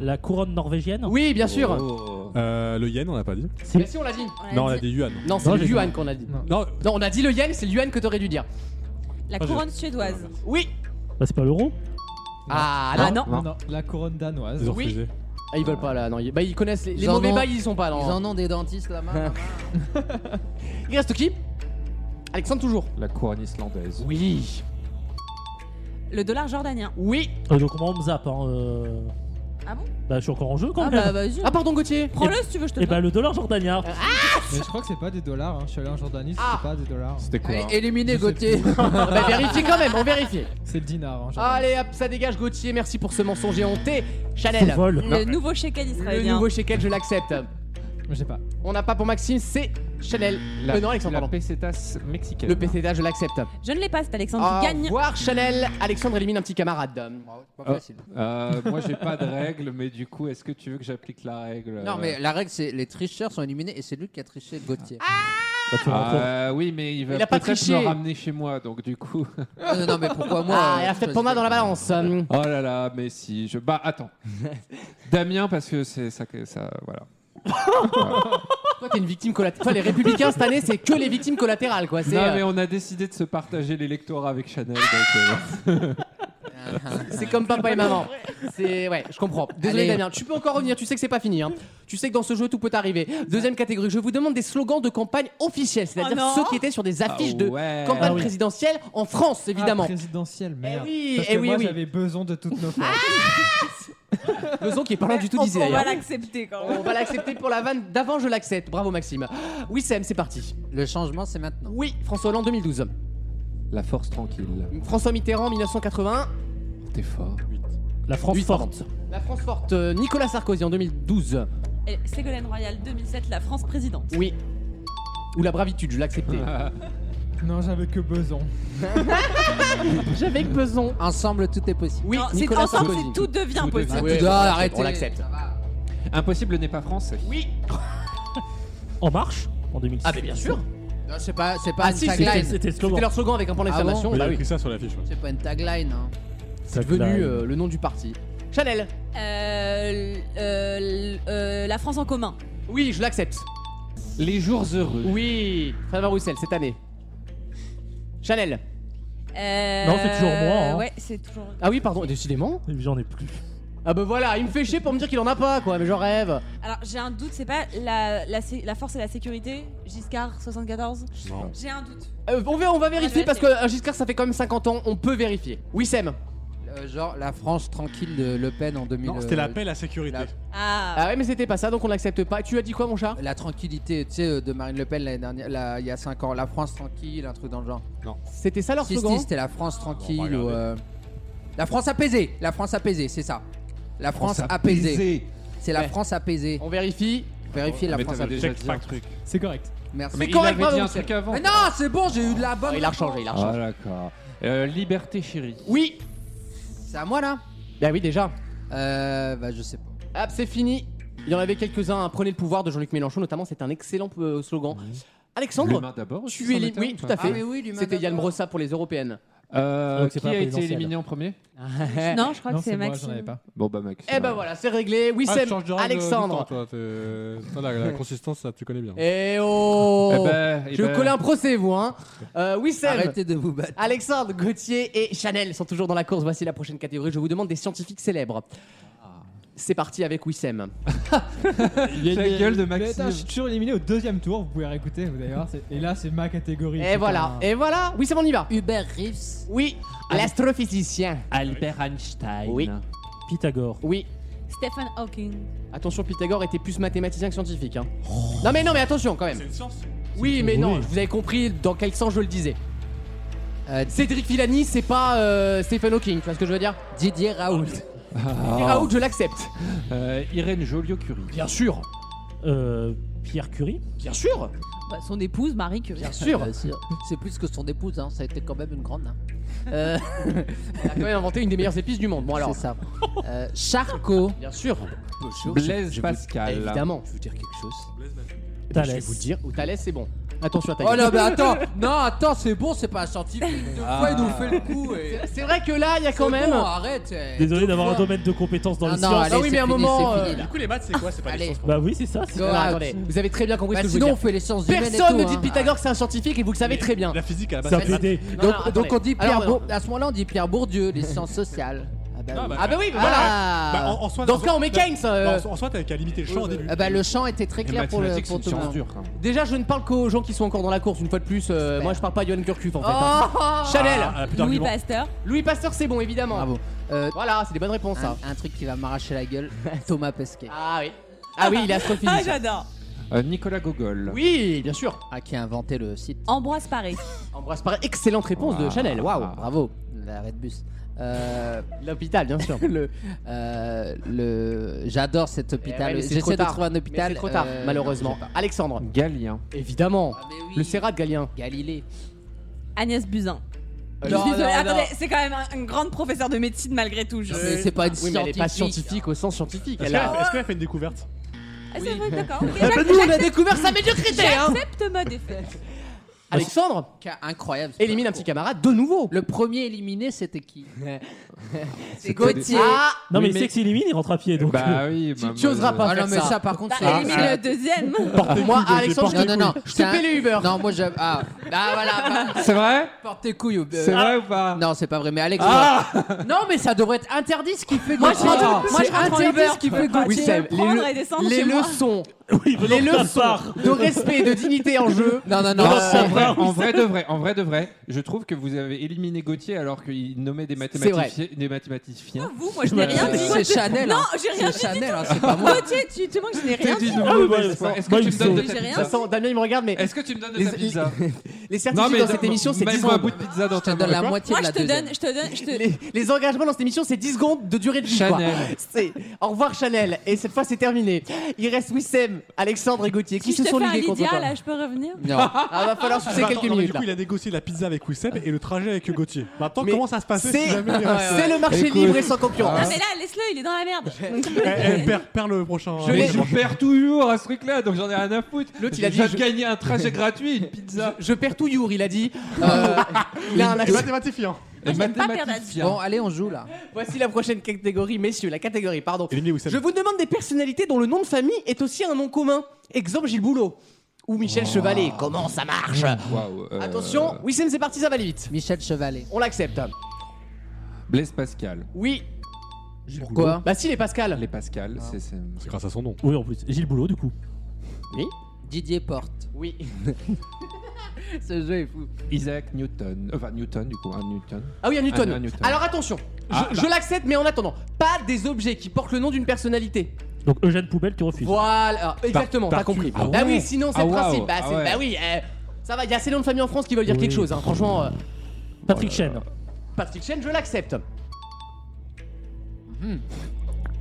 S4: La couronne norvégienne.
S2: Oui, bien sûr.
S7: Oh.
S8: Euh, le yen, on l'a pas dit.
S2: Mais si, on l'a dit.
S8: Non, on a dit yuan.
S2: Non, c'est
S4: Non,
S2: le
S4: j'ai
S2: yuan qu'on a dit. Non.
S8: Non,
S2: on a dit le yen, c'est le yuan que t'aurais dû dire.
S5: La couronne suédoise.
S2: Oui.
S4: Bah, c'est pas l'euro.
S2: Ah,
S5: Ah
S2: non.
S5: non.
S7: Non.
S6: Non, la couronne danoise.
S8: ils ont
S2: Oui.
S8: refusé.
S2: Ah, ils veulent pas là. Non, ils, bah, ils connaissent les, les
S3: Ils en
S2: mauvais
S3: ont-
S2: bails, ils y sont pas.
S3: Ils
S2: Non.
S3: en ont des dentistes là-bas. là-bas.
S2: Il reste qui Alexandre toujours.
S7: La couronne islandaise.
S2: Oui.
S5: Le dollar jordanien.
S2: Oui.
S4: Euh, donc, comment on me zappe hein, euh.
S5: Ah bon
S4: Bah, je suis encore en jeu quand
S5: Ah
S4: même.
S5: bah vas-y.
S2: Ah pardon Gauthier.
S5: Prends-le si tu veux, je te
S4: Et
S5: le
S4: bah, le dollar jordanien.
S6: Mais je crois que c'est pas des dollars. hein. Je suis allé en Jordanie,
S2: Ah.
S6: c'est pas des dollars.
S7: C'était quoi
S3: Allez,
S7: hein
S3: Éliminé Gauthier.
S2: Ah [laughs] bah vérifiez quand même, on vérifie.
S6: C'est le dinar hein, en Jordanie.
S2: Allez hop, ça dégage Gauthier, merci pour ce mensonge éhonté. Chanel,
S4: Vol.
S5: Le nouveau shekel
S2: le
S5: israélien.
S2: nouveau chez quel je l'accepte.
S6: Je sais pas.
S2: On n'a pas pour Maxime, c'est Chanel.
S7: La,
S2: Euh, non Alexandre,
S7: la
S2: pardon.
S7: pesetas mexicaine.
S2: Le PCDA, je l'accepte.
S5: Je ne l'ai pas, c'est Alexandre
S2: Au
S5: qui gagne.
S2: revoir Chanel. Alexandre élimine un petit camarade.
S3: Pas
S7: Ah.
S3: facile.
S7: Euh, moi, j'ai
S2: [laughs]
S7: pas de règle, mais du coup, est-ce que tu veux que j'applique la règle
S3: Non,
S7: euh,
S3: mais la règle, c'est les tricheurs sont éliminés et c'est lui qui a triché Gauthier.
S4: Bah, tu rencontres-
S7: Ah, oui, mais il va
S2: Il a pas
S7: peut-être
S2: triché.
S7: me ramener chez moi, donc du coup. [laughs]
S3: non, non, mais pourquoi moi
S2: ah,
S3: euh,
S2: il a fait
S3: je
S2: panda
S3: choisis-
S2: dans la balance. Hum,
S7: Oh là là, mais si je. Bah
S2: [laughs]
S7: attends. Damien, parce que c'est ça que ça. Voilà.
S2: Toi, t'es une victime collatérale. Toi, les républicains cette année, c'est que les victimes collatérales, quoi. C'est,
S7: Non,
S2: euh, [laughs]
S7: mais on a décidé de se partager l'électorat avec Chanel. donc, euh,
S3: Ah, ah.
S2: C'est comme papa et maman. C'est ouais, je comprends. Désolé Damien, tu peux encore revenir, tu sais que c'est pas fini hein. Tu sais que dans ce jeu tout peut arriver. Deuxième catégorie, je vous demande des slogans de campagne officiels, c'est-à-dire
S5: Oh non.
S2: ceux qui étaient sur des affiches
S7: Ah
S2: de
S7: ouais.
S2: campagne
S4: Ah oui.
S2: présidentielle en France évidemment.
S6: Présidentiel, merde.
S2: oui,
S6: Ah, Parce
S2: eh
S6: que
S2: oui,
S6: moi,
S2: oui.
S6: j'avais besoin de toutes nos forces.
S2: Besançon qui est pas loin du tout hein.
S5: on,
S2: d'Isée,
S5: on va
S2: d'ailleurs.
S5: l'accepter quand même.
S2: On va l'accepter pour la vanne d'avant, je l'accepte. Bravo Maxime. Oui Sam, c'est parti.
S3: Le changement, c'est maintenant.
S2: Oui, François Hollande 2012.
S7: La force tranquille.
S2: François Mitterrand 1981.
S7: T'es fort.
S4: La France
S2: Huit, pardon.
S4: forte.
S2: La France forte, euh, Nicolas Sarkozy en 2012.
S5: Et Ségolène Royal 2007, la France présidente.
S2: Oh. Oui. Ah. Ou la bravitude, je l'acceptais.
S6: [laughs] Non, j'avais
S2: [laughs]
S6: que besoin.
S2: J'avais que besoin.
S3: Ensemble, tout est possible.
S2: Oui,
S5: Non, c'est-
S2: Nicolas
S5: ensemble,
S2: Sarkozy.
S5: c'est tout devient possible.
S2: Ah
S3: Tout
S2: oui,
S3: doit
S2: on l'accepte,
S3: arrêter.
S2: On l'accepte.
S7: Impossible n'est pas français.
S2: Oui.
S4: En marche en 2006.
S2: Ah, mais bien sûr.
S3: Non, C'est pas, c'est pas
S2: Ah,
S3: une
S2: si,
S4: C'était
S3: tagline.
S4: c'était le
S2: C'était
S4: slogan.
S2: leur slogan avec un point
S3: Ah
S2: d'exclamation.
S8: Il
S2: bah
S8: a
S2: oui.
S8: écrit ça sur l'affiche. ouais.
S3: C'est pas une tagline. hein.
S2: C'est devenu euh, le nom du parti. Chanel.
S5: Euh, euh, euh, la France en commun.
S2: Oui, je l'accepte.
S7: Les jours heureux.
S2: Oui. Fabien Roussel, cette année. Chanel.
S5: Euh,
S4: Non, c'est toujours moi, hein.
S5: Ouais, c'est toujours.
S2: Ah oui, pardon, décidément.
S4: J'en ai plus.
S2: Ah bah voilà, il me fait chier pour me dire qu'il en a pas, quoi, mais j'en rêve.
S5: Alors j'ai un doute, c'est pas la, la, sé- la force et la sécurité, Giscard 74
S8: Non.
S5: J'ai un doute.
S2: Euh, on, va, on va vérifier
S5: Ouais,
S2: parce que euh, Giscard, ça fait quand même 50 ans, on peut vérifier. Oui, Sam.
S3: Euh, genre, la France tranquille de Le Pen en 2000.
S8: Non, c'était la
S3: euh,
S8: paix, la sécurité.
S3: la-
S5: Ah,
S2: Ah ouais, mais c'était pas ça, donc on l'accepte pas. Tu as dit quoi, mon chat
S3: La tranquillité, tu sais, euh, de Marine Le Pen l'année dernière, la- il y a 5 ans. La France tranquille, un truc dans le genre.
S2: C'était ça leur
S3: Si,
S2: slogan
S3: si, c'était la France tranquille
S8: Bon, on
S3: ou.
S8: va
S3: euh, La France apaisée La France apaisée, c'est ça. La France, apaisée.
S7: apaisé.
S3: C'est la
S2: Ouais.
S3: France apaisée.
S2: On vérifie.
S3: Vérifiez la
S8: Mais
S3: France
S8: t'avais
S3: apaisée.
S8: déjà
S7: Check
S8: dit un truc.
S6: C'est correct.
S3: Merci.
S7: Mais
S2: C'est
S7: il
S2: correct,
S7: avait
S2: bravo,
S7: dit un
S2: Michel.
S7: truc avant.
S3: Mais non, c'est bon, j'ai eu de la bonne.
S2: Oh, il a rechangé, il a
S7: Ah
S2: rechangé.
S7: d'accord. Euh, liberté chérie.
S2: Ah. Oui
S3: C'est à moi là
S2: Bah oui, déjà.
S3: Euh. Bah, je sais pas.
S2: Hop, c'est fini. Il y en avait quelques-uns. hein. Prenez le pouvoir de Jean-Luc Mélenchon, notamment. C'est un excellent euh, slogan. Alexandre,
S7: L'humain d'abord.
S2: tu es libre. Oui, tout à
S3: Ah,
S2: fait.
S3: mais oui, l'humain
S2: C'était Yann
S3: d'abord.
S2: Brossa pour les européennes.
S7: Euh,
S4: Ah Donc, c'est
S7: qui
S4: pas
S7: a été
S4: présidentiel.
S7: éliminé en premier
S5: non, je crois
S6: non,
S5: que c'est
S6: moi,
S5: Maxime.
S6: j'en avais pas.
S7: Bon bah Max.
S2: Eh ben voilà, c'est réglé.
S8: Ah, tu
S2: Wissem,
S8: changes de règle,
S2: Alexandre.
S8: tout le temps, toi, t'es- toi, la,
S2: [laughs]
S8: la consistance, ça, tu connais bien.
S2: Eh oh
S7: Eh ben, eh
S2: Je vais
S7: ben.
S2: coller un procès, vous. Hein. Euh, Wissem,
S3: Arrêtez de vous battre.
S2: Alexandre, Gauthier et Chanel sont toujours dans la course. Voici la prochaine catégorie. Je vous demande des scientifiques célèbres. C'est parti avec Wissem.
S7: Il y a une gueule de
S6: Mais attends, je suis
S7: Maxime.
S6: toujours éliminé au deuxième tour, vous pouvez réécouter, vous allez voir. c'est- Et là, c'est ma catégorie.
S2: Et
S6: putain.
S2: Eh, voilà, et voilà. Wissem, on y va.
S3: Hubert Reeves.
S2: Oui, l'astrophysicien.
S4: Albert Einstein.
S2: Oui.
S4: Pythagore.
S2: Oui.
S5: Stephen Hawking.
S2: Attention, Pythagore était plus mathématicien que scientifique. hein. Non mais non mais attention quand même.
S8: une science.
S2: Oui mais non,
S4: oui.
S2: vous avez compris dans quel sens je le disais.
S3: Euh,
S2: Cédric Villani, c'est pas euh, Stephen Hawking, tu vois ce que je veux dire
S3: Didier Raoult.
S2: Et Raoult, je l'accepte.
S7: Euh, Irène Joliot-Curie.
S2: Bien sûr,
S4: Euh, Pierre Curie.
S2: bien sûr,
S5: Bah, son épouse, Marie Curie.
S2: bien sûr.
S3: Euh, c'est- c'est plus que son épouse, hein. ça a été quand même une grande. hein.
S2: [laughs] Elle a quand même inventé une des meilleures épices du monde. Bon alors,
S3: C'est
S2: [laughs]
S3: ça. Euh, Charcot.
S2: bien sûr.
S7: Blaise Pascal.
S2: Évidemment.
S3: Je veux dire quelque chose.
S2: Je vais
S4: Thalès.
S2: vous le dire. Ou Thalès, c'est bon. Attention à Thalès.
S3: Oh non, mais attends, non, attends, c'est bon, c'est pas scientifique.
S7: Ah.
S3: Deux fois, il nous fait le coup. Et...
S2: C'est vrai que là, il y a quand
S3: C'est
S2: même.
S3: bon, arrête. eh.
S4: Désolé
S3: Deux
S4: d'avoir un
S3: fois.
S4: domaine de compétences dans
S3: Non,
S4: les
S3: non,
S4: sciences.
S3: allez,
S2: Ah oui,
S3: c'est
S2: mais à un
S3: fini,
S2: moment,
S3: c'est
S2: euh,
S3: fini, là.
S8: coup, les maths, c'est quoi C'est
S3: Allez.
S4: Bah oui, c'est ça. c'est-
S3: Go,
S2: Alors,
S3: out.
S2: attendez, vous avez très bien compris
S3: Bah,
S2: ce que
S3: sinon,
S2: je
S3: on
S2: veux
S3: fait les sciences
S2: dire.
S3: humaines. et
S2: Personne
S3: tout,
S2: ne
S3: hein.
S2: dit Pythagore que c'est un scientifique et vous le savez très bien.
S8: La physique à la
S4: C'est un
S8: base.
S4: peu des-
S2: Non,
S3: Donc,
S2: non,
S3: donc
S2: attendez.
S3: on dit Pierre
S2: Alors, euh,
S3: Bour- À ce moment-là, on dit Pierre Bourdieu, les sciences sociales. Ah bah, oui.
S8: bah,
S2: Ah bah oui, bah voilà.
S3: Ah.
S8: Bah, en, en soi,
S2: Dans
S8: non,
S2: ce cas, on met
S8: bah,
S2: Keynes. euh,
S8: bah, en, en soi, t'avais qu'à limiter le champ au début.
S3: Ah bah, le champ était très
S7: Et
S3: clair pour, le,
S7: mathématiques,
S3: pour
S7: c'est
S3: tout
S7: une
S3: le monde.
S7: science dure. quand même.
S2: Déjà, je ne parle qu'aux gens qui sont encore dans la course, une fois de plus. euh, moi, je parle pas à Johan Kurkuf en fait. hein. Chanel,
S8: Ah, elle a plus
S5: Louis
S8: d'arguments.
S5: Pasteur.
S2: Louis Pasteur, c'est bon, évidemment.
S3: Bravo. Euh,
S2: Voilà, c'est des bonnes réponses, ça.
S3: un, un truc qui va m'arracher la gueule Thomas Pesquet.
S2: Ah oui. Ah oui, il est
S5: Ah,
S2: astrophysicien.
S5: j'adore.
S7: Euh, Nicolas Gogol.
S2: oui, bien sûr.
S3: Ah, qui a inventé le site.
S5: Ambroise Paré.
S2: Embrasse par excellente réponse de
S7: Ah.
S2: Chanel. Waouh.
S7: Ah.
S3: Bravo, la Red Bus. Euh,
S2: L'hôpital, bien sûr.
S3: le, euh, le, j'adore cet hôpital.
S2: Eh ouais, mais c'est trop
S3: J'essaie de
S2: tard.
S3: trouver un hôpital.
S2: Mais c'est trop tard,
S3: euh, Mm.
S2: malheureusement. Alexandre,
S7: Galien.
S2: évidemment.
S3: Ah, mais oui.
S2: Le Serrat de Galien.
S3: Galilée.
S5: Agnès Buzyn.
S2: Euh,
S5: Je
S2: non,
S5: suis désolée,
S2: non, non.
S5: attendez, c'est quand même un- une grande professeure de médecine malgré tout. Je...
S3: Mais c'est pas une
S2: Oui, mais elle est pas
S3: scientifique.
S2: scientifique au sens scientifique.
S8: Est-ce
S2: Elle a- [laughs]
S3: [laughs]
S8: qu'elle- est-ce qu'elle a fait une découverte
S5: Ah, c'est vrai, d'accord. ok,
S2: Ah bah,
S5: j'ac-
S2: nous, on a découvert sa médiocrité, hein
S5: J'accepte ma défaite.
S2: Alexandre
S3: Ca- Incroyable. ce
S2: élimine un petit
S3: parcours.
S2: camarade de nouveau.
S3: Le premier éliminé,
S2: [laughs]
S3: c'était qui C'est
S7: Gauthier.
S2: Ah
S4: Non, mais
S7: Oui,
S4: il
S7: mais-
S4: sait que s'il élimine, il rentre à pied. Donc,
S7: Bah oui. bah,
S2: tu
S7: moi,
S2: oseras
S7: je-
S2: pas.
S3: Ah non,
S2: faire
S3: mais
S2: ça.
S3: ça, par contre,
S5: Bah,
S3: c'est.
S5: élimine le
S2: [laughs]
S5: deuxième.
S2: Moi, Alexandre, je
S3: Non, non, non.
S2: je
S3: j'étais
S2: te
S3: un-
S2: paie les Uber.
S3: Non, moi, j'ai. Ah, bah
S7: [laughs]
S3: voilà, bah,
S7: C'est vrai
S3: porte tes couilles. euh,
S7: C'est vrai ou pas
S3: Non, c'est pas vrai, mais Alex.
S7: Ah
S3: Non, mais ça devrait être interdit ce qui fait
S2: Ah,
S5: Moi,
S3: Gauthier.
S5: je rentre- moi, je
S3: C'est
S5: rentre en
S3: interdit
S5: Uber.
S3: ce qui fait
S2: Oui,
S3: Gauthier.
S2: Seb,
S5: le
S2: les,
S5: prendre
S2: le-
S5: et descendre
S2: les
S5: chez moi.
S2: leçons,
S4: oui, venant
S2: les
S4: de ta
S2: leçons
S4: part.
S2: de respect, de dignité en jeu.
S3: Non, non, non.
S7: Non,
S3: euh,
S7: en, vrai, en vrai de vrai, en vrai de vrai, je trouve que vous avez éliminé Gauthier alors qu'il nommait des
S2: C'est vrai.
S7: mathématiciens. Des mathématiciens.
S5: Vous, moi, je n'ai rien dit.
S3: C'est Chanel.
S5: Non,
S3: hein.
S5: j'ai rien
S3: C'est
S5: dit.
S3: Chanel, hein, c'est pas moi.
S5: Gauthier, tu te manques, je n'ai rien
S7: T'as dit
S5: dit.
S7: de
S4: Ah
S7: mauvais
S4: oui, bah,
S7: espoirs. Est-ce
S4: bah,
S7: que tu
S4: il
S7: me donnes de
S5: sait.
S7: ta
S5: J'ai rien.
S2: De toute
S7: pizza
S2: façon, Damien, il me regarde, mais
S7: Est-ce que tu me donnes de
S2: Les-
S7: ta pizza
S2: les certitudes dans cette émission, c'est 10
S7: mets-moi un bout
S2: secondes.
S7: de pizza dans
S3: Je te
S7: ta
S3: donne la
S7: main.
S3: moitié
S5: Moi,
S3: de
S5: je
S3: la
S5: te
S3: deuxième.
S5: donne, je te donne, je te.
S2: Les, les engagements dans cette émission, c'est 10 secondes de durée de vie. quoi.
S7: Chanel.
S2: C'est au revoir Chanel. Et cette fois, c'est terminé. Il reste Wissem, Alexandre et Gauthier qui
S5: Si je
S2: se
S5: te
S2: sont
S5: fais un
S2: ligués contre
S5: Lydia,
S2: toi.
S5: là, je peux revenir.
S3: Non.
S2: Ah, va falloir sucer
S8: Bah,
S2: quelques
S8: attends, non, mais
S2: minutes.
S8: Du
S2: là.
S8: coup, il a négocié la pizza avec Wissem et le trajet avec Gauthier. Maintenant,
S2: Mais
S8: comment ça se passait
S2: C'est Ah,
S8: si jamais euh, il reste-
S2: c'est le marché
S7: Écoute.
S2: libre et sans concurrence.
S5: Ah, mais là, laisse-le, il est dans la merde.
S8: Eh, eh, perds- perds le prochain. Eh,
S2: Je l'ai-
S7: Mais Ah je perds toujours à ce truc-là, donc j'en ai rien à foutre.
S2: L'autre, il
S7: je
S2: a dit,
S7: viens de
S2: je-
S7: gagner un trajet gratuit, une [laughs] pizza.
S2: Je perds tout Your, il a
S3: [laughs]
S2: dit. Euh, il a un
S8: Les
S2: accent.
S8: mathématiciens.
S5: j'aime pas perdre la-
S7: Mathématicien.
S3: Bon, allez, on joue là.
S2: Voici la prochaine catégorie, messieurs, la catégorie, pardon.
S8: Éliminer Wissem.
S2: Je vous demande des personnalités dont le nom de famille est aussi un nom commun. Exemple Gilles Boulot ou
S7: Oh.
S2: Michel Chevalet. Comment ça marche
S7: Waouh, euh,
S2: Attention, Wissem, c'est parti, ça va aller vite.
S3: Michel Chevalet.
S2: On l'accepte.
S7: Blaise Pascal.
S2: Oui.
S3: Pourquoi
S2: Bah si, les Pascal.
S7: Les Pascal, c'est- c'est.
S8: C'est grâce à son nom.
S4: Oui, en plus. Gilles Boulot, du coup.
S3: Didier Porte.
S2: Oui.
S3: Ce jeu est fou.
S7: Isaac Newton. Enfin, Newton, du coup, un Newton.
S2: Ah oui, un Newton.
S7: Ah, un Newton.
S2: Alors attention,
S7: Ah,
S2: je, je
S7: bah.
S2: l'accepte, mais en attendant, pas des objets qui portent le nom d'une personnalité.
S4: Donc, Eugène Poubelle, tu refuses.
S2: Voilà, exactement, t'as
S8: par-
S2: compris.
S8: ah
S2: Bah
S7: ouais.
S2: oui, sinon c'est
S7: Ah
S2: le
S7: waouh,
S2: principe. Bah,
S7: ah
S2: c'est-
S7: ouais.
S2: bah oui, eh, ça va, il y a assez de noms de famille en France qui veulent dire
S4: Oui.
S2: quelque chose, hein, franchement. euh,
S4: Patrick Chen.
S2: Patrick Chen, je
S7: [laughs]
S2: l'accepte.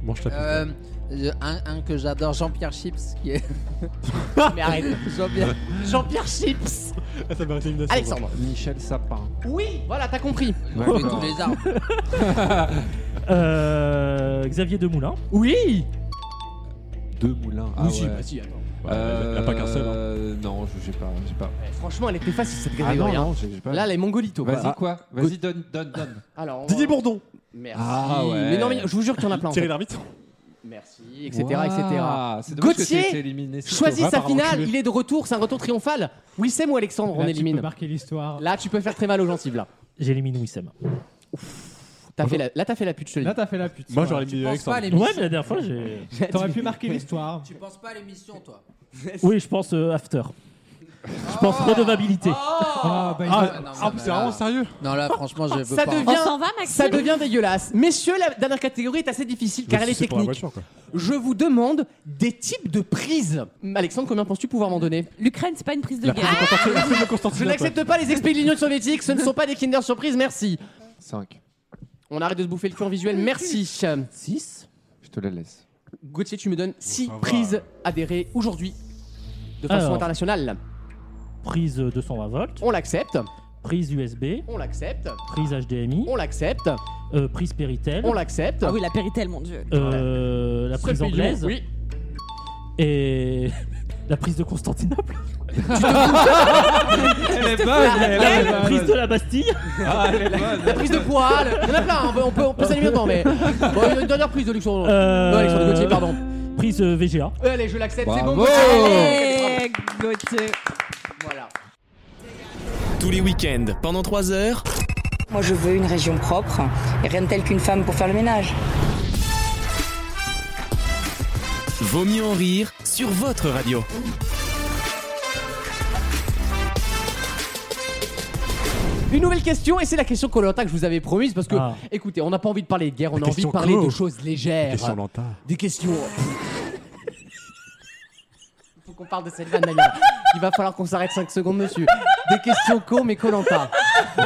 S8: Mange ta pizza.
S3: Euh, euh, un, un que j'adore, Jean-Pierre Chips. Qui est...
S2: Mais arrête.
S3: Jean-Pierre.
S2: Jean-Pierre Chips.
S8: Ah, Ça mérite élimination.
S2: Alexandre.
S7: Michel Sapin.
S2: Oui, voilà, t'as compris.
S3: Mais
S7: Ah
S3: tous les arbres.
S4: Euh, Xavier Demoulin.
S2: Oui.
S7: Deux moulins. Ah,
S2: oui, si,
S7: ouais.
S2: bah si, attends.
S8: Ouais, Il n'y a pas qu'un seul. hein.
S7: Euh, Non, je sais pas. J'ai pas.
S2: Eh, Franchement, elle était facile cette
S7: Ah non,
S2: catégorie. hein.
S7: non, j'ai j'ai pas.
S2: Là, les Ah, mongolitos.
S7: Vas-y,
S2: voilà.
S7: quoi Vas-y, donne, donne, donne.
S2: Ah, Alors, on va-
S8: Didier Bourdon.
S2: Merci.
S7: Ah ouais.
S2: Mais non, mais je vous jure qu'il y en a plein. en
S8: Thierry
S2: fait.
S8: Lhermitte.
S2: Merci, etc.
S7: Waouh,
S2: etc.
S7: C'est dommage que
S2: Gauthier,
S7: t'aies été éliminé. c'est
S2: Choisis
S8: Ouais,
S2: sa
S8: par
S2: finale,
S8: enculé.
S2: il est de retour, c'est un retour triomphal. Wissem ou Alexandre, on
S6: Là, tu peux
S2: élimine.
S6: marquer l'histoire.
S2: Là, tu peux faire très mal aux gencives, là.
S4: J'élimine Wissem.
S2: T'as fait la, là, t'as fait la pute, je te le
S6: Là, t'as fait la pute.
S8: Moi,
S6: Voilà.
S8: j'aurais
S3: Tu
S8: mis
S3: penses pas à
S8: Alexandre.
S4: Ouais, mais
S3: l'émission.
S4: la dernière fois,
S2: [laughs]
S4: j'ai.
S2: dis.
S6: T'aurais pu marquer l'histoire.
S2: Oh.
S3: Tu penses pas à l'émission, toi.
S4: Oui, je pense euh, After. Je pense
S2: Oh.
S4: redevabilité.
S6: Ah, bah, il
S8: Ah,
S6: va-
S3: non,
S8: ah, c'est vraiment sérieux
S3: Non, là, franchement, je veux
S2: Ça
S3: pas.
S2: devient-
S5: On s'en va, Maxime
S2: Ça devient dégueulasse. Messieurs, la dernière catégorie est assez difficile car elle est
S8: C'est pour la
S2: technique.
S8: voiture, quoi.
S2: Je vous demande des types de prises. Alexandre, combien penses-tu pouvoir m'en donner
S5: L'Ukraine, c'est pas une prise de guerre.
S8: Ah
S2: Je n'accepte pas les experts de l'Union soviétique, ce ne sont pas des Kinder Surprise, merci.
S7: 5.
S2: On arrête de se bouffer le cul en visuel, merci.
S4: 6.
S7: Je te la laisse.
S2: Gauthier, tu me donnes 6
S8: Ça va.
S2: prises adhérées aujourd'hui de façon
S4: Alors.
S2: internationale.
S4: Prise euh, 220 volts.
S2: On l'accepte,
S4: Prise USB.
S2: on l'accepte,
S4: Prise HDMI.
S2: on l'accepte,
S4: euh, prise Péritel.
S2: on l'accepte.
S5: Ah oui, la Péritel, mon dieu.
S4: euh, la prise
S2: Seul pays du
S4: anglaise.
S2: monde, Oui.
S4: Et. [laughs] La prise de Constantinople.
S7: Elle est bonne, elle
S2: Ah,
S4: [laughs]
S7: est
S4: la prise de la Bastille.
S7: Ah, elle est bonne.
S2: La prise de poil, il y en a plein, hein. on peut, on peut, on peut s'allumer dedans,
S4: [laughs]
S2: mais. Bon, il y a une dernière prise de Luxembourg.
S4: Euh,
S2: Non, Alexandre Gauthier, pardon.
S4: Prise euh, VGA.
S2: Euh, Allez, je l'accepte, c'est bon,
S7: Bravo.
S2: Gauthier.
S5: Allez, Oh. Gauthier.
S2: Voilà.
S1: Tous les week-ends, pendant 3 heures,
S10: Moi, je veux une région propre et rien de tel qu'une femme pour faire le ménage.
S1: Vaut mieux en rire sur votre radio.
S2: Une nouvelle question, et c'est la question Colanta que je vous avais promise, parce que,
S4: Ah.
S2: écoutez, on n'a pas envie de parler de guerre, on a envie de
S8: question
S2: parler
S8: clo.
S2: de choses légères.
S8: Question lentard.
S2: Des questions. Faut qu'on parle de cette vanne d'ailleurs. Il va falloir qu'on s'arrête 5 secondes dessus. Des questions co mais Colanta.
S5: Ah,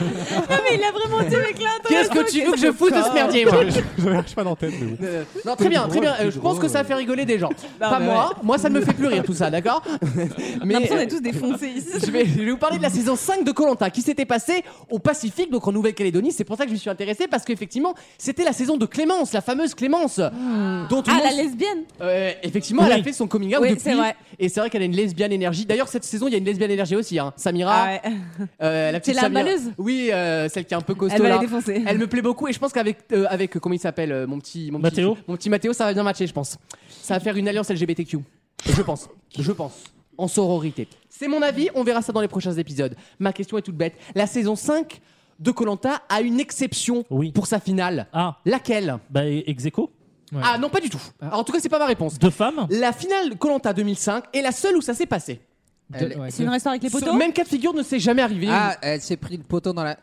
S5: mais il a vraiment dit avec là. attends,
S2: Qu'est-ce que
S5: attends,
S2: tu veux que je foute de ce merdier, moi
S8: [laughs] J'avais pas d'antenne, mais bon.
S2: Euh, Non, très bien, très bien. Euh, je pense que ça a fait rigoler des gens. Pas
S5: mais
S2: moi. Moi, ça ne me fait plus rire, tout ça, d'accord [laughs]
S5: J'ai
S2: Mais
S5: l'impression
S2: euh,
S5: d'être tous défoncés ici.
S2: je vais, je vais vous parler de la saison 5 de Colanta qui s'était passée au Pacifique, donc en Nouvelle-Calédonie. C'est pour ça que je me suis intéressé parce qu'effectivement, c'était la saison de Clémence, la fameuse Clémence, dont tout le
S5: Ah,
S2: monde
S5: la lesbienne
S2: Euh, effectivement, elle a fait son coming out
S5: Oui,
S2: depuis.
S5: c'est vrai.
S2: Et c'est vrai qu'elle a une lesbienne énergie. D'ailleurs, cette saison, il y a une lesbienne énergie aussi. Hein. Samira,
S5: Ah ouais.
S2: euh, la petite
S5: C'est la
S2: Samira.
S5: balleuse
S2: Oui, euh, celle qui est un peu costaud
S5: Elle va la
S2: là.
S5: défoncer.
S2: Elle me plaît beaucoup et je pense qu'avec euh, avec euh, comment il s'appelle euh, mon petit mon petit-
S4: Mathéo
S2: mon petit Mathéo, ça va bien matcher, je pense. Ça va faire une alliance LGBTQ. Je pense. Je pense. En sororité. C'est mon avis, on verra ça dans les prochains épisodes. Ma question est toute bête. La saison 5 de Colanta a une exception
S4: Oui.
S2: pour sa finale.
S4: Ah,
S2: Laquelle
S4: bah, ex aequo
S2: Ah non, pas du tout. Alors, en tout cas, c'est pas ma réponse.
S4: Deux femmes
S2: La finale Colanta 2005 est la seule où ça s'est passé.
S6: De- ouais,
S5: C'est une restaure avec les
S2: Ce
S5: poteaux
S2: même cas de figure ne s'est jamais arrivé.
S3: Ah, elle s'est pris le poteau dans la.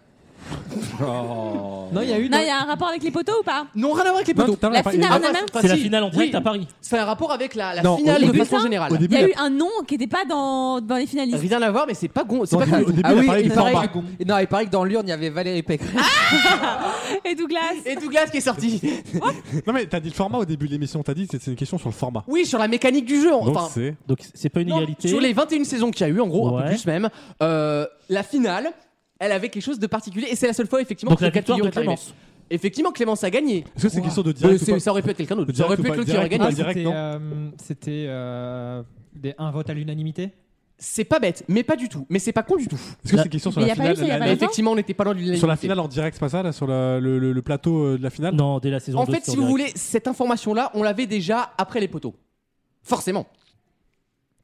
S6: Non, il y a eu.
S5: Non, il y a un rapport avec les poteaux ou pas
S2: Non, rien à voir avec les
S8: Non,
S2: poteaux.
S8: tout à l'heure,
S5: La
S8: pas-
S5: finale,
S2: Ah,
S5: on a
S2: enfin,
S5: même.
S2: enfin,
S4: C'est la
S2: si.
S4: finale en direct
S2: Oui.
S4: à Paris.
S2: C'est un rapport avec la, la
S8: Non, au
S2: finale de
S5: début,
S2: façon
S5: ça,
S2: générale.
S8: Au
S5: Il y
S8: début,
S5: a
S8: la-
S5: eu un nom qui n'était pas dans, dans les finalistes.
S2: Rien à voir, mais c'est pas gon. C'est
S8: Non,
S2: pas
S8: au
S2: con-
S8: début,
S3: Ah
S8: il a
S3: oui,
S8: parlé
S3: il
S8: de
S3: paraît,
S8: Corba.
S3: non, il paraît que dans l'urne, il y avait Valérie Pécresse.
S5: [laughs] Et Douglas
S2: Et Douglas qui est sorti.
S8: Non, mais t'as dit le format au début de l'émission, t'as dit que c'était une question sur le format.
S2: Oui, sur la mécanique du jeu.
S8: Donc
S2: Enfin,
S8: c'est.
S4: Donc c'est pas une
S2: non,
S4: égalité.
S2: sur les 21 saisons qu'il y a eu, en gros, un peu
S4: Ouais.
S2: plus même, euh, la finale, elle avait quelque chose de particulier. Et c'est la seule fois, effectivement,
S4: Donc
S2: que
S4: la
S2: le cas
S4: victoire de
S2: figure est arrivé.
S4: Clémence.
S2: Effectivement, Clémence a gagné.
S8: Est-ce que c'est une question de direct
S2: Euh,
S8: ou
S2: c'est-
S8: pas
S2: ça aurait pu être quelqu'un d'autre.
S8: De
S2: Ça aurait
S8: direct
S2: pu
S8: ou
S2: être
S8: pas
S2: l'autre qui aurait
S8: Direct
S2: gagné.
S8: ou pas
S6: Ah,
S8: direct,
S6: c'était,
S8: non
S6: euh, C'était euh, des- un vote à l'unanimité
S2: C'est pas bête, mais pas du tout. Mais c'est pas con du tout.
S8: Est-ce que
S4: la-
S8: c'est une question sur
S5: Mais
S8: la
S5: y a pas eu
S8: finale
S5: ça, y a
S8: la-
S5: pas
S2: Mais
S5: eu
S8: la-
S5: ça
S2: effectivement, on n'était pas loin du
S8: Sur la finale en direct, c'est pas ça, là, sur la- le, le- le plateau euh, de la finale
S4: Non, dès la saison
S2: En
S4: 2,
S2: fait,
S4: c'est
S2: si vous
S4: direct.
S2: voulez, cette information-là, on l'avait déjà après les poteaux. Forcément.